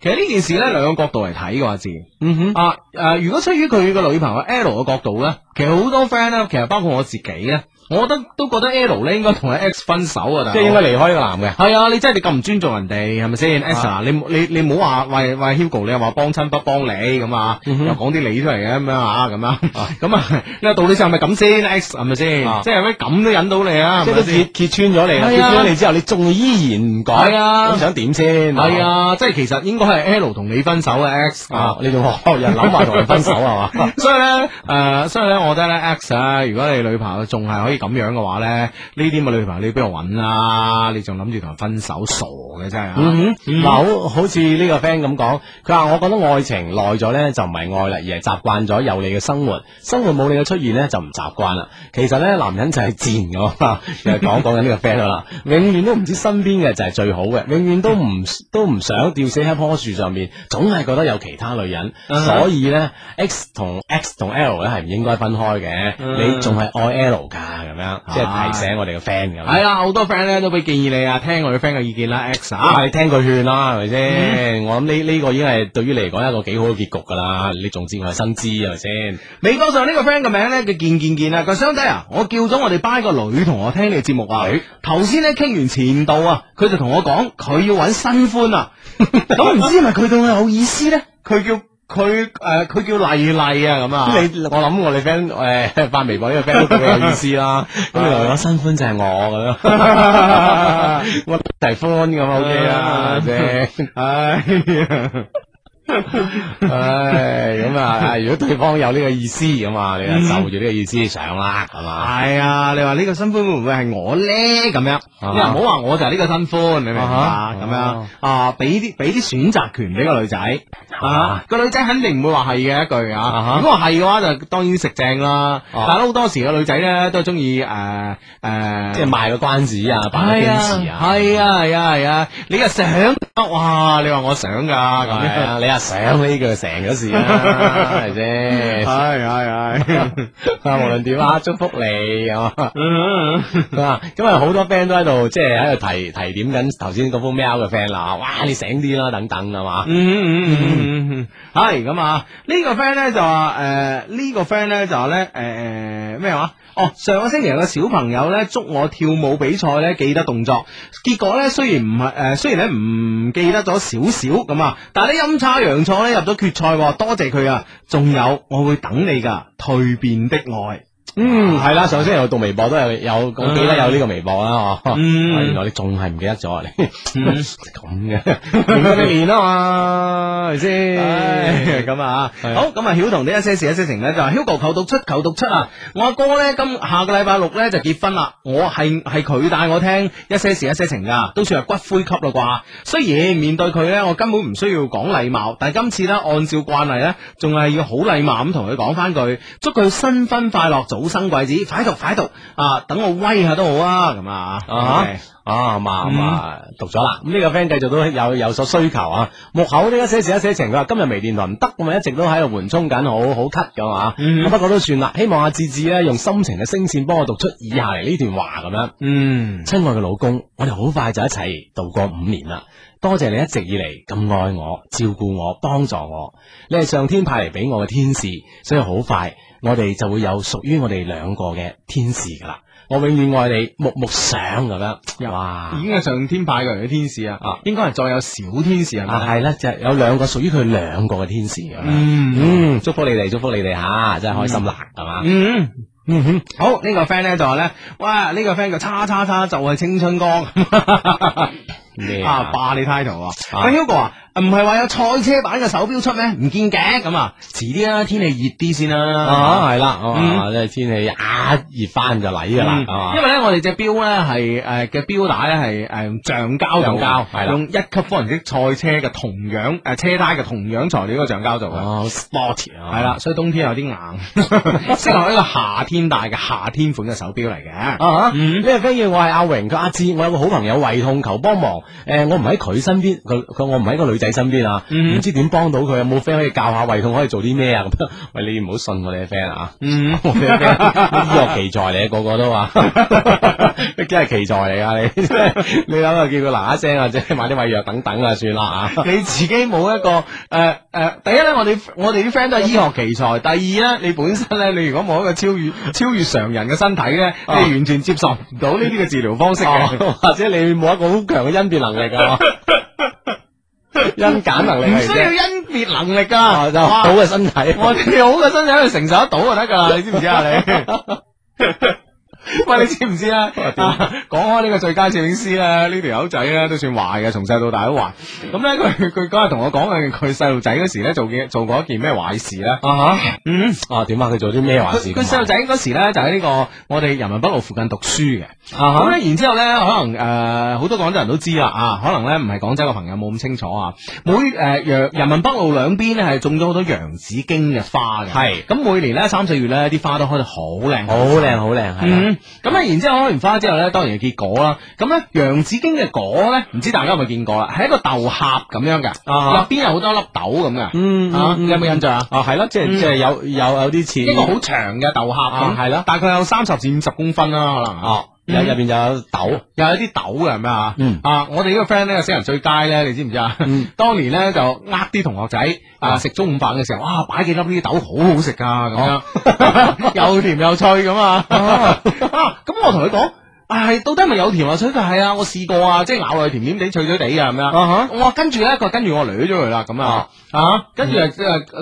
S2: 其實呢件事咧兩個角度嚟睇嘅話字。
S3: 嗯哼，
S2: 啊誒、如果出於佢個女朋友 L 嘅角度咧，其實好多 friend 咧，其實包括我自己咧，我覺得都覺得 L 咧應該同佢 X 分手啊，大佬
S3: 即係應該離開呢個男嘅。啊
S2: 系啊，你真系你咁唔尊重人哋，係咪先？Esther，你冇你你唔好話喂喂 Hugo，你又話幫親不幫你咁啊，又
S3: 嗯哼
S2: 講啲你出嚟嘅咁樣啊，咁啊， *laughs* 咁啊，你話道理上係咪咁先？X 係咪先？
S3: 啊
S2: 即係咩咁都引到你啊？
S3: 即係
S2: 係
S3: 都
S2: 咪先
S3: 揭揭穿咗你啦，
S2: 係啊
S3: 揭穿咗你之後，你仲依然唔改，
S2: 係啊
S3: 咁想點先？
S2: 係啊，即係其實應該係 L 同你分手嘅 X
S3: 啊
S2: 啊，。
S3: 你仲學人諗話同人分手係嘛？ *laughs*
S2: 所以咧，誒、所以咧，我覺得咧，X 啊，如果你女朋友仲係可以咁樣嘅話咧，呢啲咪女朋友你邊度揾啊？你仲諗住同人分手，傻嘅真係啊！
S3: 嗯哼， *laughs* 嗱，好好似呢個 friend 咁講，佢話我覺得愛情耐咗呢就唔係愛啦，而係習慣咗有你嘅生活，生活冇你嘅出現呢就唔習慣啦。其實呢，男人就係賤㗎嘛，又係 *laughs* 講講緊呢個 friend 啦，永遠都唔知身邊嘅就係最好嘅，永遠都唔都唔想吊死喺棵樹上面，總係覺得有其他女人，
S2: 嗯
S3: 所以呢 X 同 X 同 L 呢係唔應該分開嘅，
S2: 嗯
S3: 你仲係愛 L 㗎咁樣，即係提醒我哋嘅 friend 咁樣。
S2: 系啦，哎好多 friend 咧都俾建議你啊，聽我哋 friend 嘅意見啦，X 啊，
S3: 系聽佢勸啦，係咪
S2: 嗯
S3: 先？我諗呢呢個已經係對於你嚟講一個幾好嘅結局㗎啦。你仲節外生枝係咪先？
S2: 微博上呢個 friend 嘅名咧，佢健健健啊，佢相低啊，我叫咗我哋班個女同學聽你節目啊
S3: 女，
S2: 頭先咧傾完前度啊，佢就同我講佢要揾新歡
S3: *laughs*
S2: 啊，咁唔知係咪佢對我有意思咧？佢叫佢
S3: 呃
S2: 诶，佢、叫麗麗啊，咁啊，
S3: 你我諗我哋 friend 誒發微博呢個 friend 都對你有意思
S2: *laughs*
S3: 啦。咁你話我新歡就係我咁樣， *laughs* 我提歡咁 OK
S2: 啊
S3: 啦，係咪先？
S2: 唉，
S3: 唉，咁啊，如果對方有呢個意思咁啊，你就就住呢個意思上啦，係嘛？
S2: 係啊，嗯你話呢個新歡會唔會係我咧？咁樣，你話唔好話我就係呢個新歡，你明唔明啊
S3: 啊？
S2: 咁樣啊，俾啲俾啲選擇權俾個女仔。啊！個女仔肯定唔會話係嘅一句
S3: 啊
S2: 啊
S3: 哈！
S2: 如果話係嘅話，就當然食正啦。
S3: 哦
S2: 但係好多時個女仔咧都係中意呃誒誒，
S3: 呃即係賣個關子啊，扮個矜
S2: 係啊
S3: 持啊，
S2: 係啊係啊係啊！你又想哇？你話我想㗎咁
S3: 係
S2: 樣。
S3: 啊，你啊想呢句成咗事啦，係咪先？
S2: 係係係，
S3: 啊，无论点啊，祝福你啊！ *laughs* 啊，因為好多 friend 都喺度，即係喺度提提點緊頭先嗰封 mail 嘅 friend 啦，哇，你醒啲啦，等等係嘛
S2: 嗯，嗯嗯嗯嗯，係咁啊！呢個 friend 咧就話誒，呢個 friend 咧就話咧誒咩話？哦，上個星期有個小朋友咧捉我跳舞比賽咧，記得動作，結果咧雖然唔係誒，雖然咧唔記得咗少少咁啊，但係咧陰差陽錯咧入咗決賽喎，多謝佢啊！仲有我會等你㗎，蜕變的愛。
S3: 嗯，係啦，上星期我讀微博都有有，我記得有呢個微博啦，哦，
S2: 嗯
S3: 啊原來你仲係唔記得咗啊，你咁嘅，練多啲練啊嘛，係咪
S2: *laughs* 唉
S3: 先？
S2: 咁啊，
S3: 係
S2: 好咁啊，曉彤呢一些事一些情咧就話 Hugo 求讀出求讀出啊！我阿哥咧今下個禮拜六咧就結婚啦，我係係佢帶我聽一些事一些情噶，都算係骨灰級啦啩。雖然面對佢咧，我根本唔需要講禮貌，但係今次咧按照慣例咧，仲係要好禮貌咁同佢講翻句，祝佢新婚快樂，早生貴子，快讀快讀啊！等我威下都好啊，咁啊
S3: 啊
S2: 係
S3: 啊，咁
S2: 嗯
S3: 啊咁啊，讀咗啦。咁呢個 friend 繼續都有有所需求啊。木口呢一些事一些情，佢話今日微電台唔得，咁啊一直都喺度緩衝緊，好好咳咁啊。
S2: 嗯
S3: 咁不過都算啦。希望阿志志咧用心情嘅聲線幫我讀出以下嚟呢段話咁樣。
S2: 嗯，
S3: 親愛嘅老公，我哋好快就一齊度過五年啦。多謝你一直以嚟咁愛我、照顧我、幫助我。你係上天派嚟俾我嘅天使，所以好快我哋就會有屬於我哋兩個嘅天使噶啦。我永遠愛你，木木想咁樣。哇！
S2: 已經係上天派過嚟嘅天使啊
S3: 啊，
S2: 應該係再有小天使係咪？
S3: 啊，系啦，就係有兩個屬於佢兩個嘅天使咁樣。
S2: 嗯
S3: 嗯，祝福你哋，祝福你哋吓，真係開心啦，係嘛？
S2: 嗯。嗯哼，好呢、個 friend 咧就話咧，哇呢、個 friend 個叉叉叉就係青春光
S3: *laughs* 咩
S2: 啊
S3: 啊？
S2: 霸你 title 啊！
S3: 啊
S2: 喂 Hugo 啊，唔係話有賽車版嘅手錶出咩？唔見嘅咁啊，遲啲啦，天氣熱啲先啦。
S3: 啊，係啦，啊，
S2: 嗯
S3: 即係天氣一熱翻就嚟噶啦，啊係
S2: 嗯
S3: 嘛
S2: 因為咧，我哋只錶咧係诶嘅錶帶咧係诶橡膠做
S3: 橡
S2: 嘅
S3: 膠係啦
S2: 用一級方程式賽車嘅同樣诶車胎嘅同樣材料嘅橡膠做嘅，
S3: 哦，sport 啊，
S2: 係啦，所以冬天有啲硬， *laughs* 適合一個夏天戴嘅夏天款嘅手錶嚟嘅。
S3: 啊哈
S2: 嗯
S3: 呢個 friend 叫我係阿榮，佢話阿志，我有個好朋友胃痛求幫忙，誒，我唔喺佢身邊，佢佢我唔喺個女仔身邊啊，
S2: 嗯
S3: 唔知點幫到佢，有冇 friend 可以教下胃痛可以做啲咩啊？咁樣，喂，你唔好信我哋嘅 friend 啊。 *laughs*
S2: 嗯。
S3: 我哋嘅 friend 醫學奇才嚟，個個都話， *laughs* 真係奇才嚟噶你，真係你諗 *laughs* 下叫佢嗱嗱聲啊，即係買啲胃藥等
S2: 哦
S3: 等啊，算啦啊。
S2: *laughs* 你自己冇一個誒誒、呃呃第一咧，我哋我哋啲 friend 都係醫學奇才；第二咧，你本身咧，你如果冇一個超越超越常人嘅身體咧，你
S3: 啊
S2: 完全接受唔到呢啲嘅治療方式嘅。
S3: 哦或者你冇一個好強嘅因變能力
S2: *laughs*
S3: 啊，因揀能力
S2: 唔
S3: 係
S2: 需要
S3: 啫，
S2: 甄別能力
S3: 啊
S2: 噶，
S3: 就好嘅身體。
S2: 我哋好嘅身體去承受得到就得
S3: *laughs*
S2: 噶啦，你知唔知啊你？喂，你知唔知啊？啊講開呢個最佳攝影師咧，呢條友仔咧都算壞嘅，從細到大都壞。咁咧，佢佢嗰日同我講佢佢細路仔嗰時咧做嘅做過一件咩壞事咧？
S3: 啊哈，
S2: 嗯。
S3: 啊點啊？佢做啲咩壞事
S2: 佢
S3: 咁啊？
S2: 佢細路仔嗰時咧就喺呢個我哋人民北路附近讀書嘅，
S3: 啊
S2: 咁
S3: 哈，
S2: 咧然之後咧可能呃誒好多廣州人都知啦啊，可能咧唔係廣州嘅朋友冇咁清楚啊，每誒洋人民北路兩邊咧係種咗好多洋紫荊嘅花嘅，
S3: 係
S2: 咁每年咧三四月咧啲花都開得好靚，
S3: 好靚好靚係啊啦。
S2: 嗯，咁咧，然之後開完花之後咧，當然係結果啦。咁咧，洋紫荊嘅果咧，唔知大家有冇見過啦，係一個豆殼咁樣嘅，
S3: 啊
S2: 入邊有好多粒豆咁嘅。
S3: 嗯
S2: 啊，
S3: 嗯
S2: 你有冇印象啊？
S3: 啊係咯，即係
S2: 嗯
S3: 即係有有有啲似
S2: 一個好長嘅豆殼
S3: 啊
S2: 咁，係啦，大概有三十至五十公分啦，可能
S3: 哦，有入邊有豆，
S2: 又有啲豆嘅係咩啊？
S3: 嗯
S2: 啊，我哋呢個 friend 咧，死人最佳咧，你知唔知啊？
S3: 嗯
S2: 當年咧就呃啲同學仔啊，食中午飯嘅時候，哇，擺幾粒呢啲豆好好食啊，咁樣又甜又脆咁啊。啊咁我同佢講，係到底係咪有甜有脆？佢係啊，我試過啊，即係咬落去甜甜地、脆脆地啊嘅咁樣。
S3: 哈，
S2: 我話跟住咧，佢話跟住我捋咗佢啦，咁啊啊，跟住誒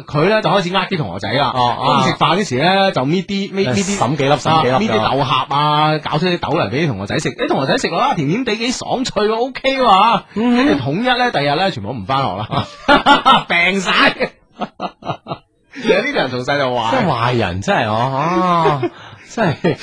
S2: 佢咧就開始呃啲同學仔啦。
S3: 哦哦
S2: 當時食飯嗰時咧就搣啲搣搣啲
S3: 抌幾粒
S2: 啊
S3: 抌幾粒
S2: 搣啲豆殼啊，搞出啲豆嚟俾啲同學仔食，啲同學仔食啦，甜甜地幾爽脆喎，OK 喎。跟住統一咧，第日咧全部唔翻學 *laughs* 啦，病晒。其實呢啲人從
S3: 真
S2: 細就
S3: 係
S2: 壞，
S3: 壞人，真係哦， *laughs* 啊真係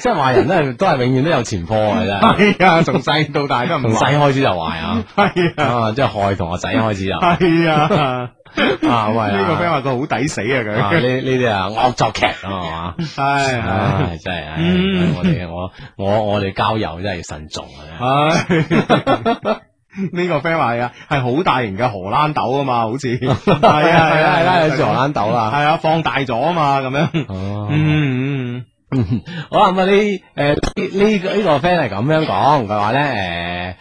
S3: 真係壞人都係都係永遠都有前科嘅真
S2: *laughs*
S3: 係，
S2: 係啊，從細到大都唔
S3: 從
S2: 壞，
S3: 細開始就壞啊，
S2: 係啊，
S3: 啊，即係害同學仔開
S2: *laughs*
S3: 始就啊，
S2: 係啊。
S3: 喂
S2: 呢個 friend
S3: 啊，
S2: 話佢好抵死啊，
S3: 啊
S2: 佢
S3: 呢呢啲啊惡作
S2: *laughs*
S3: 劇啊係嘛，
S2: 係啊
S3: 唉真係唉
S2: 嗯
S3: 我哋我我我哋交友真係要慎重啊真係。
S2: *laughs* 唉，呢個 friend 話啊，係好大型 *laughs* 嘅荷蘭豆啊嘛，
S3: *laughs*
S2: 好似係啊
S3: 係啊係啊係啦，有
S2: 就
S3: 做
S2: 係
S3: 蘭豆啦。
S2: 係啊，放大咗啊嘛，咁樣。
S3: 哦
S2: 嗯嗯
S3: 好啦，咁啊呢誒呢呢個呢個 friend 係咁樣講，佢話咧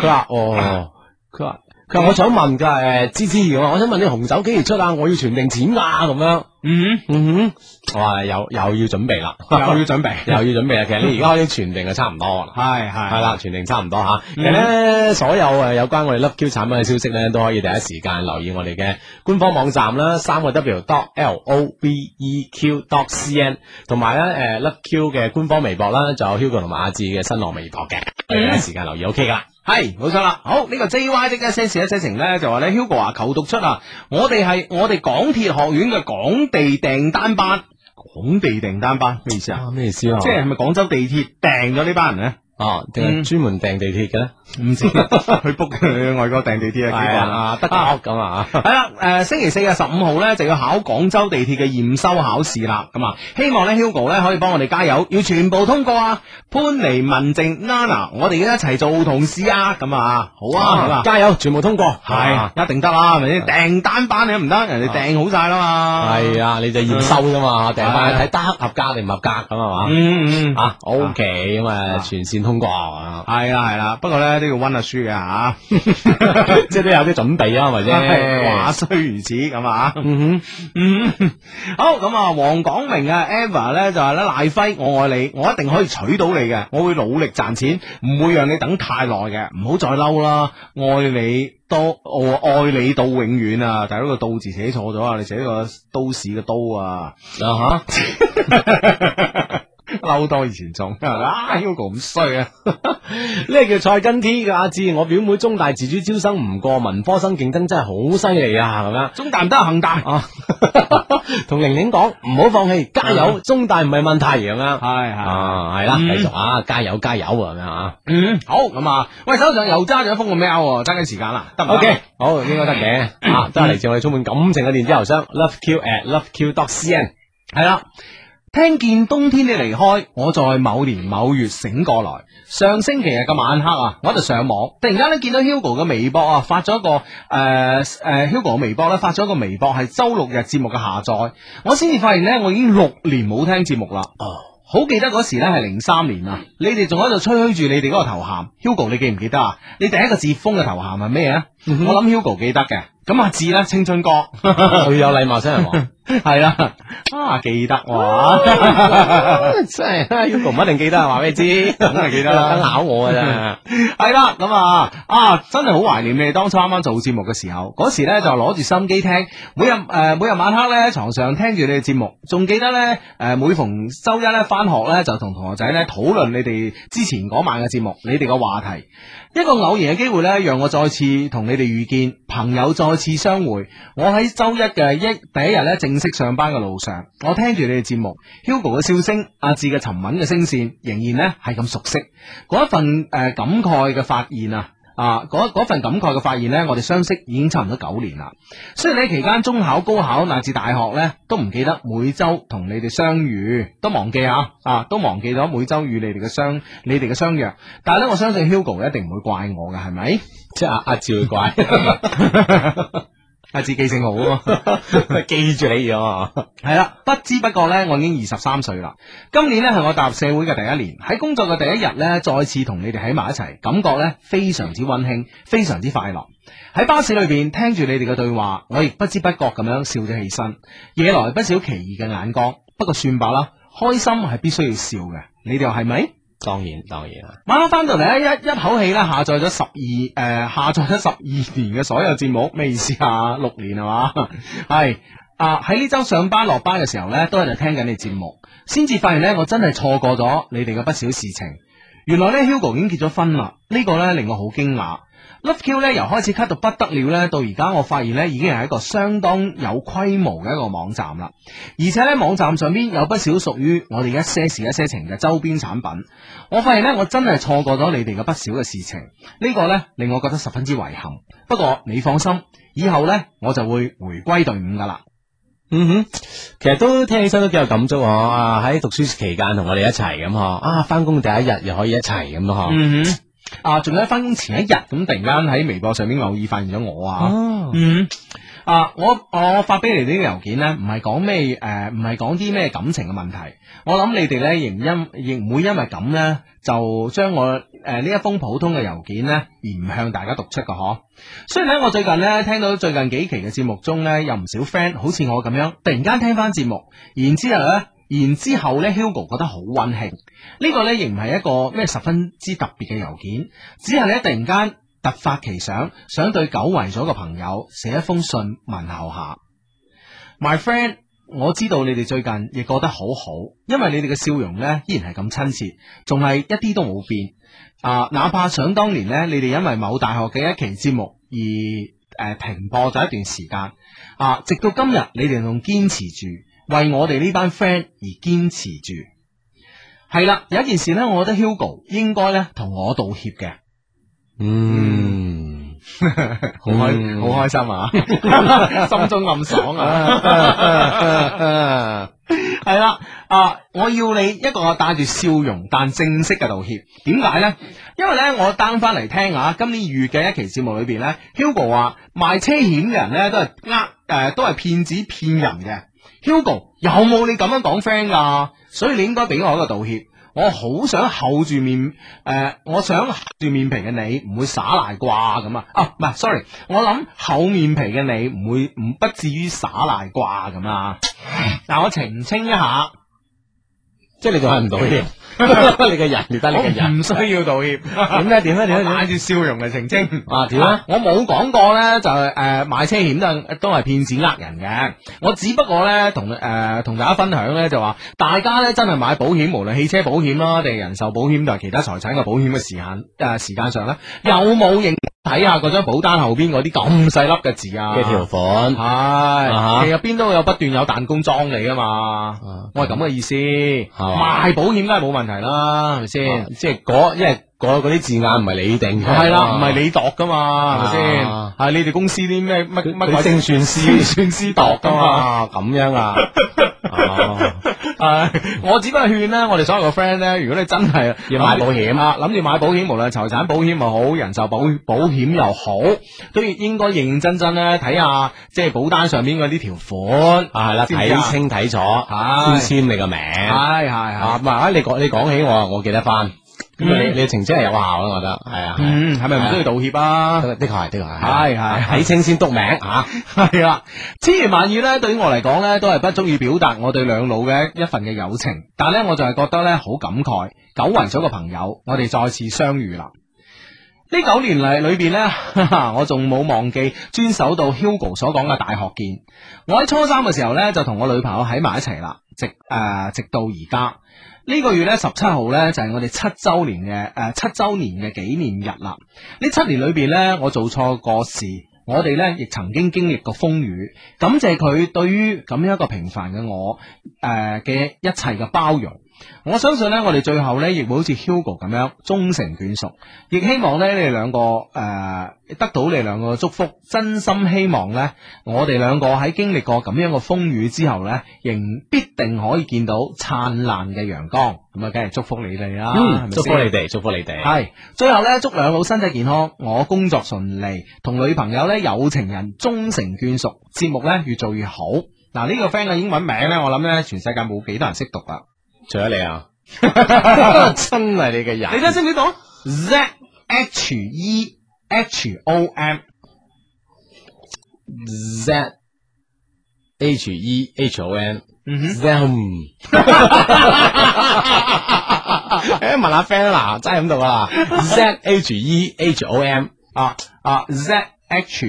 S3: 誒，佢話哦，佢話佢話我想問㗎誒，芝芝咁啊，我想問你紅酒幾時出啊？我要存定錢啊咁樣。
S2: 嗯，
S3: 嗯哼，我話又又要準備啦，
S2: 又要準備，
S3: 又要準備啦。其實你而家開始存定就啊差唔多啦。
S2: 係係
S3: 系啦，嗯全程差唔多吓。其實咧，所有诶有關我哋 Love Q 產品嘅消息咧，都可以第一時間留意我哋嘅官方網站啦，三個 W dot L O V E Q dot C N，同埋咧诶 Love Q 嘅官方微博啦，仲有 Hugo 同埋阿志嘅新浪微博嘅，第一時間留意 OK 噶啦。
S2: 系冇錯啦，好呢、個 J Y 的一些事一些情咧就話咧 Hugo 啊求讀出啊，我哋係我哋港鐵學院嘅港地訂單班，港地訂單班咩意思啊？
S3: 咩意思啊
S2: 即係係咪廣州地鐵訂咗呢班人咧？
S3: 哦，定係
S2: 嗯
S3: 專門訂地鐵嘅咧？
S2: 唔知 *laughs* 去 book 去外國訂地鐵
S3: 係
S2: 啊，
S3: 啊，
S2: 幾個
S3: 德
S2: 人啊。
S3: 國咁啊，
S2: 系啦，诶、星期四嘅十五號咧就要考廣州地鐵嘅驗收考試啦，咁啊，希望咧 Hugo 咧可以幫我哋加油，要全部通過啊！潘妮、文靜、Nana，我哋一齊做同事啊，咁啊，好啊，咁啊
S3: *laughs* 啊，加油，全部通過，啊
S2: 系，一定得啦，係咪先？訂單班你都唔得，人哋訂好晒啦嘛。
S3: 係啊，你就驗收啫嘛，訂翻
S2: 係
S3: 睇得合格定唔合格咁啊嘛，
S2: 嗯，嗯嗯，
S3: 啊，OK，咁啊
S2: 啊
S3: 全線通過啊，
S2: 係啦係啦，不過咧都要温下書嘅啊吓，
S3: 即係都有啲準備啊，係咪
S2: 係
S3: 啫？
S2: 話雖如此咁啊。
S3: 嗯
S2: 嗯，好咁啊，黃廣明啊，Eva 咧就係咧賴輝，我愛你，我一定可以娶到你嘅，我會努力賺錢，唔會讓你等太耐嘅，唔好再嬲啦，愛你多，我愛你到永遠啊！大佬個到字寫錯咗啊，你寫個都市嘅都啊，
S3: 哼， *laughs* 啊
S2: 嬲多以
S3: *laughs*
S2: 前仲啊，Hugo 咁衰啊！
S3: 吓， *laughs* 呢個叫蔡根 T 嘅阿志，我表妹中大自主招生唔過，文科生競爭真係好犀利啊，咁樣。
S2: 中大唔得，恒大
S3: 啊，同玲玲講唔好放棄，加油！中大唔係問題咁樣。
S2: 係係。
S3: 啊，係啦，
S2: 啊嗯
S3: 繼續啊，加油加油咁樣啊。
S2: 嗯，好咁啊！喂，手上又揸咗一封個 mail，喎揸緊時間啦，得唔啊得
S3: O K，好應該得嘅啊，都係嚟自我哋充滿感情嘅電子郵箱 loveq at loveq dot cn。
S2: 系啦。聽見冬天的離開，我在某年某月醒過來。上星期日嘅晚黑啊，我喺度上網，突然間咧見到 Hugo 嘅微博啊，發咗一個诶诶、呃 Hugo 嘅微博咧發咗一個微博係周六日節目嘅下載，我先至發現咧我已經六年冇聽節目啦。好記得嗰時咧係零三年啊，你哋仲喺度吹噓住你哋嗰個頭銜，Hugo 你記唔記得啊？你第一個接風嘅頭銜係咩啊？我諗 Hugo 記得嘅，咁阿志咧青春哥。 *laughs*
S3: 最有禮貌新人 *laughs* 王，
S2: 系啦， *laughs* 啊記得喎，
S3: 真係啊 Hugo 唔一定記得，話俾你
S2: *laughs*
S3: 知，
S2: 梗係記得啦
S3: 咬我㗎咋。
S2: 係啦，咁啊啊真係好懷念你哋當初啱啱做節目嘅時候，嗰時咧就攞住心機聽，每日诶、呃每日晚黑咧床上聽住你哋節目，仲記得咧诶、呃每逢周一咧翻學咧就同同學仔咧討論你哋之前嗰晚嘅節目，你哋嘅話題，一個偶然嘅機會咧，讓我再次同你哋遇見，朋友再次相會。我喺周一嘅一第一日咧正式上班嘅路上，我聽住你哋節目，Hugo 嘅笑聲，阿志嘅沉穩嘅聲線，仍然咧係咁熟悉。嗰一份誒、呃感慨嘅發現啊！啊！嗰嗰份感慨嘅發現呢，我哋相識已經差唔多九年啦。雖然呢期間中考、高考乃至大學呢，都唔記得每週同你哋相遇，都忘記啊啊，都忘記咗每週與你哋嘅相你哋嘅相約。但係呢，我相信 Hugo 一定唔會怪我嘅，係咪？
S3: 即係阿阿趙怪，
S2: *laughs* 阿志記性好啊嘛。
S3: *laughs* 記住你咗啊。
S2: 系啦，不知不覺呢，我已經二十三歲啦。今年呢，係我踏入社會嘅第一年，喺工作嘅第一日呢，再次同你哋喺埋一齊，感覺呢非常之温馨，非常之快樂。喺巴士裏邊聽住你哋嘅對話，我亦不知不覺咁樣笑咗起身，惹來不少奇異嘅眼光。不過算罷啦，開心係必須要笑嘅，你哋話係咪？
S3: *laughs* 當然當然啊啦，
S2: 晚黑翻到嚟咧，一一口氣咧下載咗十二呃誒，下載咗十二年嘅所有節目，咩意思啊？六年係嘛？ *laughs* 係啊，喺呢周上班落班嘅時候咧，都喺度聽緊你節目，先至發現咧，我真係錯過咗你哋嘅不少事情。原來咧，Hugo 已經結咗婚啦，呢、個咧令我好驚訝。Love Q 咧由開始 cut 到不得了咧，到而家我發現咧已經係一個相當有規模嘅一個網站啦，而且咧網站上邊有不少屬於我哋一些事一些情嘅周邊產品。我發現咧，我真係錯過咗你哋嘅不少嘅事情，呢、個呢，令我覺得十分之遺憾。不過你放心，以後呢，我就會回歸隊伍噶啦。
S3: 嗯哼，其實都聽起身都幾有感觸啊！喺讀書期間同我哋一齊咁嗬，啊翻工第一日又可以一齊咁嗬，
S2: 嗯哼，啊，仲有翻工前一日咁，突然間喺微博上面偶爾發現咗我啊。
S3: 哦，
S2: 嗯，啊，我我发俾你哋啲郵件呢，唔係講咩诶，唔係講啲咩感情嘅問題。我諗你哋呢，亦唔因亦唔會因為咁呢，就將我诶呢、一封普通嘅郵件呢，而唔向大家讀出嘅嗬。雖然呢，我最近呢，聽到最近幾期嘅節目中呢，有唔少 friend 好似我咁樣，突然間聽翻節目，然之後呢。然之後呢 Hugo 覺得好温馨，呢、個呢，亦唔係一個咩十分之特別嘅郵件，只係呢，突然間突發奇想，想對久違咗嘅朋友寫一封信問候下。My friend，我知道你哋最近亦過得好好，因為你哋嘅笑容呢依然係咁親切，仲係一啲都冇變。啊，哪怕想當年呢，你哋因為某大學嘅一期節目而誒、呃停播咗一段時間，啊，直到今日你哋仲堅持住，為我哋呢班 friend 而堅持住。系啦，有一件事咧，我覺得 Hugo 應該咧同我道歉嘅，
S3: 嗯，
S2: 好開
S3: 嗯
S2: 好開心 *laughs* 啊，心中暗爽啊！係啦，啊，我要你一個帶住笑容但正式嘅道歉。點解呢？因為呢，我 down 翻嚟聽下今年預嘅一期節目裏邊呢 h u g o 話賣車險嘅人呢都係呃誒，都係騙子騙人嘅。Hugo 有冇你咁樣講 friend 㗎？所以你應該俾我一個道歉。我好想厚住面，誒、呃我想厚住面皮嘅你唔會耍賴啩咁啊？啊，唔係，sorry，我諗厚面皮嘅你唔會唔不至於耍賴啩咁啊？嗱，我澄清一下，
S3: 即係你仲係唔到
S2: *laughs*
S3: 嘢， *laughs* 你個人你得
S2: 我
S3: 你個人，
S2: 唔需要道歉。
S3: 點咧點咧點咧
S2: 我
S3: 點
S2: 帶
S3: 咧
S2: 住笑容嚟澄清。
S3: 啊點咧
S2: 啊？我冇講過咧，就係誒買車險都都係騙子呃人嘅。我只不過咧同誒同大家分享咧，就話大家咧真係買保險，無論汽車保險啦，定係人壽保險，定係其他財產嘅保險嘅時間誒、時間上咧，有冇認睇下嗰張保單後邊嗰啲咁細粒嘅字啊？
S3: 嘅
S2: *laughs*
S3: 條款，啊哈
S2: 係，其實邊都有不斷有彈弓裝你噶嘛。
S3: 啊
S2: 我係咁嘅意思，哦
S3: 嘛
S2: 賣保險梗係冇問題啦，係咪
S3: 啊
S2: 先？
S3: 即係嗰因為嗰嗰啲字眼唔係你定嘅，
S2: 哦係啦，唔係你度噶嘛，係咪先？
S3: 啊
S2: 係你哋公司啲咩乜乜
S3: 佢
S2: 鬼
S3: 精算
S2: 精 *laughs*
S3: 師
S2: 算師度噶嘛？ *laughs*
S3: 啊咁樣啊，哦
S2: 誒，我只不過勸咧，我哋所有嘅 friend 咧，如果你真係
S3: 要買保險
S2: 啊，諗住買保險，無論係財產保險又好，人壽保保險又好，都要應該認認真真咧睇下，即係保單上面嗰啲條款。
S3: 啊係啦，
S2: 知唔知啊
S3: 睇清睇
S2: 係
S3: 楚，先簽你個名。
S2: 係係係
S3: 啊，。唔係啊！你講你講起我，我記得翻。咁啊
S2: 嗯
S3: 你你澄清係有效啊，我覺得係啊。係啊
S2: 嗯，係咪唔需要道歉啊？
S3: 的的確係，的確係。
S2: 係係
S3: 睇清先篤名啊嚇。
S2: 系啦，千言萬語咧，對於我嚟講咧，都係不足以表達我對兩老嘅一份嘅友情。但係咧，我就係覺得咧好感慨，久違咗個朋友，我哋再次相遇啦。呢九年嚟裏邊咧，哈哈 *laughs* 我仲冇忘記遵守到 Hugo 所講嘅大學見。我喺初三嘅時候咧，就同我女朋友喺埋一齊啦，直誒、呃直到而家。呢個月咧十七號咧就係、我哋七周年嘅誒、呃七周年嘅紀念日啦。呢七年裏邊呢，我做錯過事，我哋呢亦曾經經歷過風雨。感謝佢對於咁樣一個平凡嘅我，誒、嘅一切嘅包容。我相信呢，我哋最後呢亦會好似 Hugo 咁樣終成眷屬。亦希望呢，你哋兩個誒、得到你兩個嘅祝福。真心希望呢，我哋兩個喺經歷過咁樣嘅風雨之後呢，仍必定可以見到燦爛嘅陽光。咁啊，梗係祝福你哋啦，係咪
S3: 嗯祝福
S2: 先
S3: 你哋，祝福你哋。
S2: 系，最後咧，祝兩老身體健康，我工作順利，同女朋友咧有情人終成眷屬。節目咧越做越好。嗱，呢個 friend 嘅英文名咧，我諗咧全世界冇幾多人識讀啦。
S3: 除咗你啊，
S2: *laughs*
S3: *laughs* 真係你嘅人。
S2: 你睇識唔識讀？Z H E H O M
S3: Z H E H O N
S2: 嗯哼
S3: Zam。誒
S2: 哎
S3: 問下 friend 啦，真係咁讀啊！Z H E H O M
S2: 啊啊 Z H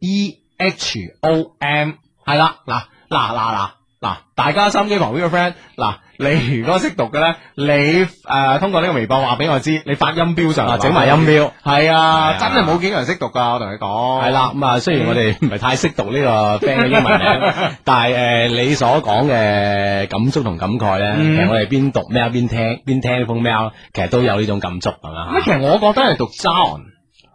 S2: E H O M 係啦，嗱嗱嗱嗱嗱，大家心機旁邊嘅 friend，嗱你如果識讀嘅咧，你誒、呃通過呢個微博話俾我知，你發音標上嚟
S3: 啊，整埋音標。
S2: 係啊，
S3: 係啊
S2: 真係冇幾個人識讀噶，我同你講嗯
S3: 系啦，咁啊，雖然我哋唔係太識讀呢個 friend 嘅英文名，但係诶，誒你所講嘅感觸同感慨咧，
S2: 嗯
S3: 其實我哋邊讀 mail 邊聽，邊聽呢封 mail，其實都有呢種感觸，係嘛
S2: 咁啊其實我覺得係讀 John，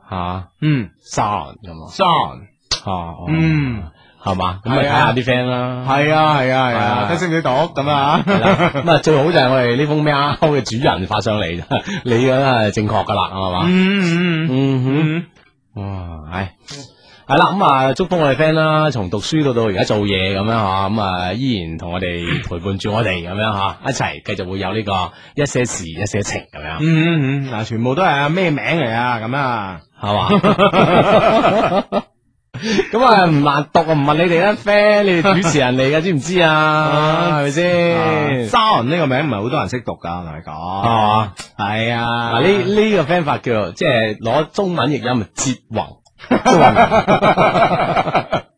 S3: 吓
S2: 嗯
S3: ，sound 咁啊
S2: ，John，
S3: 嚇，哦
S2: 嗯，
S3: 係嘛，咁咪
S2: 係
S3: 睇
S2: 啊
S3: 下啲 friend 啦，
S2: 係啊係啊係啊
S3: 啊，
S2: 睇識唔識讀咁啊？
S3: 係啦，咁啊，最好就係我哋呢封 mail 嘅主人發上嚟，你咁啊正確噶啦，係嘛，
S2: 嗯嗯
S3: 嗯哼。
S2: 嗯
S3: 哇，唉，系啦，咁啊，祝福我哋 friend 啦，從讀書到到而家做嘢咁樣吓，咁啊，依然同我哋陪伴住我哋咁樣吓，一齊繼續會有呢個一些事一些情咁
S2: 嗯
S3: 樣，
S2: 嗯嗯，嗱，全部都係啊咩名嚟啊咁啊？
S3: 係
S2: *laughs*
S3: 嘛？咁啊，唔難讀啊，唔問你哋啦，friend，你哋主持人嚟噶，知唔知啊？ *laughs* 係咪先？
S2: John 呢個名唔係好多人識讀噶，我同你
S3: 係
S2: 講。
S3: 嘛？
S2: 係啊，
S3: 嗱，呢呢個 friend 發叫即係攞中文譯音，折
S2: *laughs*
S3: 宏，折宏。
S2: *laughs*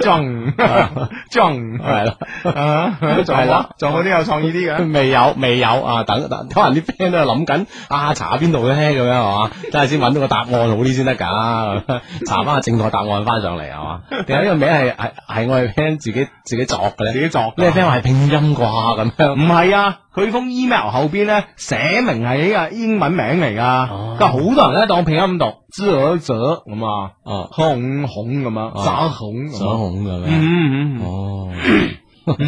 S2: 撞撞
S3: 啊係啦
S2: 啊， *laughs* 撞
S3: 係
S2: 啦
S3: 啦，
S2: 撞嗰啲有創意啲
S3: *laughs*
S2: 嘅。
S3: 未有未有啊！等等，可能啲 friend 都係諗緊啊，查下邊度咧咁樣係嘛，睇下先揾到個答案好啲先得㗎，查翻正確答案翻上嚟係
S2: *laughs*
S3: 嘛？定係呢個名係係係我哋 friend 自己自己作嘅
S2: 自
S3: 咧？
S2: 己作㗎
S3: 呢個 friend 話係拼音啩咁樣，
S2: 唔係啊，佢封 email 後邊咧寫明係呢個英文名嚟
S3: 哦
S2: 㗎，啊但好多人咧當拼音讀，啧啧咁啊，
S3: 哦，
S2: 孔孔咁啊，
S3: 哦
S2: 渣孔
S3: *laughs*
S2: 咁
S3: 想
S2: 啊，
S3: 恐嘅咩？
S2: 嗯嗯嗯
S3: 哦，
S2: 嗯，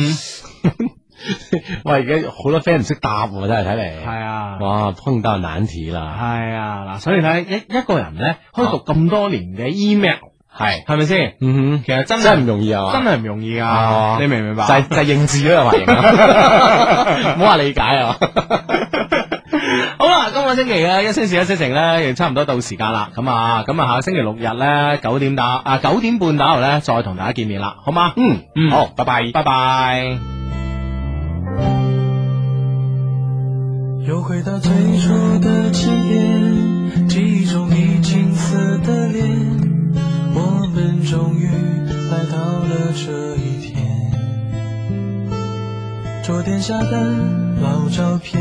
S3: *laughs* 喂，而家好多 friend 唔識答喎，真係睇嚟。
S2: 係啊。
S3: 哇，碰到難題啦，
S2: 係啊，嗱，所以睇一一個人咧，可以讀咁多年嘅 email，
S3: 係，
S2: 係咪先？
S3: 嗯
S2: 其實真
S3: 哼，真係唔
S2: 係
S3: 容易啊，
S2: 真係唔容易哦
S3: 啊
S2: 噶，你明唔明白？
S3: 就係就係認字嗰個環境
S2: *laughs*
S3: 啊，唔好話理解 *laughs* 啊，
S2: 好啦，今個星期嘅一些事一些情咧，亦差唔多到時間啦。咁啊，咁啊，下星期六日咧九點打啊九點半打後咧，再同大家見面啦，好嗎？
S3: 嗯
S2: 嗯
S3: 好，拜拜。
S2: 拜拜。
S1: 又回到最初的起点，记忆中你青涩的脸，我们终于来到了这一天。桌垫下的老照片，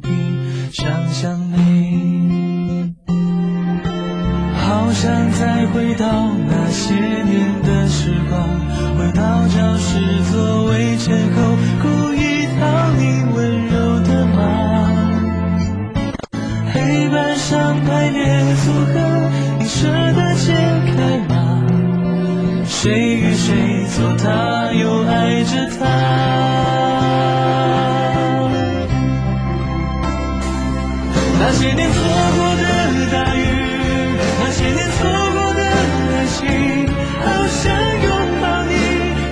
S1: 比想象美。好想再回到那些年的时光，回到教室座位前后，故意讨你温柔的骂。黑板上排列组合，你舍得解开吗？谁与谁做他，又爱着他？那些年错过的大雨，那些年错过的爱情，好想拥抱你，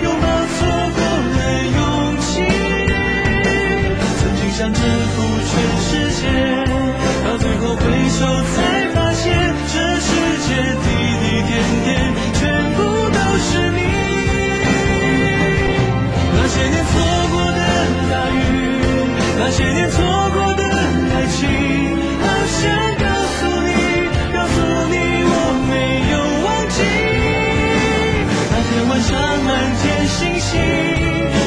S1: 拥抱错过了勇气。曾经想征服全世界，到最后回首才发现，这世界滴滴点点，全部都是你。那些年错过的大雨，那些年错过的爱情，好想告诉你，告诉你我没有忘记。那天晚上满天星星，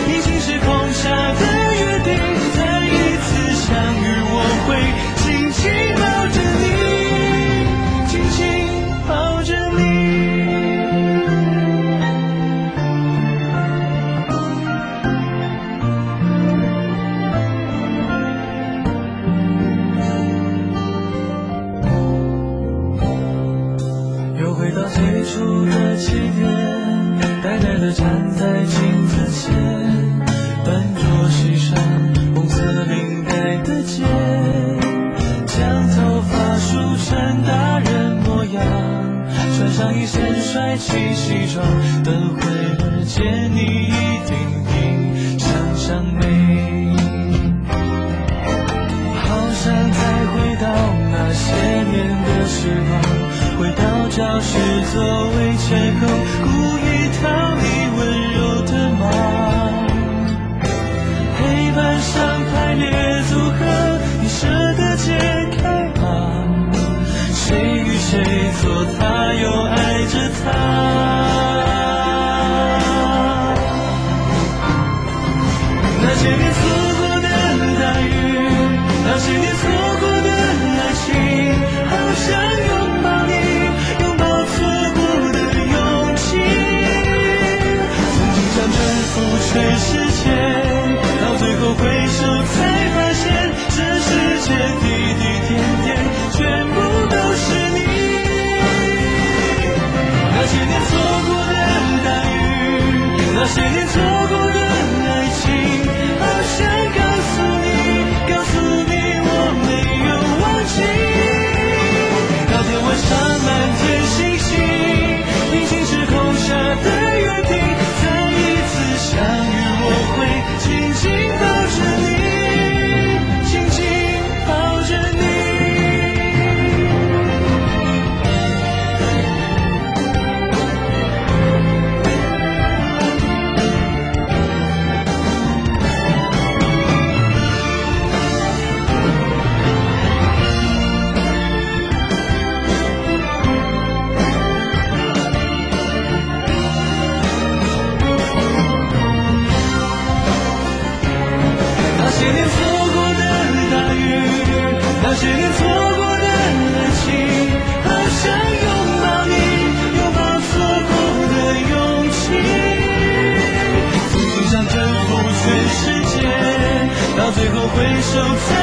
S1: 已经是空下的约定，再一次相遇我会紧紧抱着你，紧紧抱着你。又回到最初的起点，呆呆地站在镜子前，笨拙系上红色领带的结，将头发梳成大人模样，穿上一身帅气西装，等会儿见你一定比想象美。好想再回到那些年的时光，回到教室座位前后，故意讨你温柔的骂。黑板上排列组合，你舍得解开吗？谁与谁做他，又爱着他？那些年错过的大雨，那些年错过的爱情，好想拥抱你，拥抱错过的勇气。曾经想征服全世界，到最后回首才发现，这世界滴滴点点，全部都是你。那些年错过的大雨，那些年错过的爱情，好想告诉你，告诉你我没有忘记。那天晚上满天星星，已经是空下的约定，再一次相遇我会紧紧抱着你，紧紧抱着你。那些年错过的爱情，好想拥抱你，拥抱错过的勇气。浮浮沉沉不全世界，到最后回首才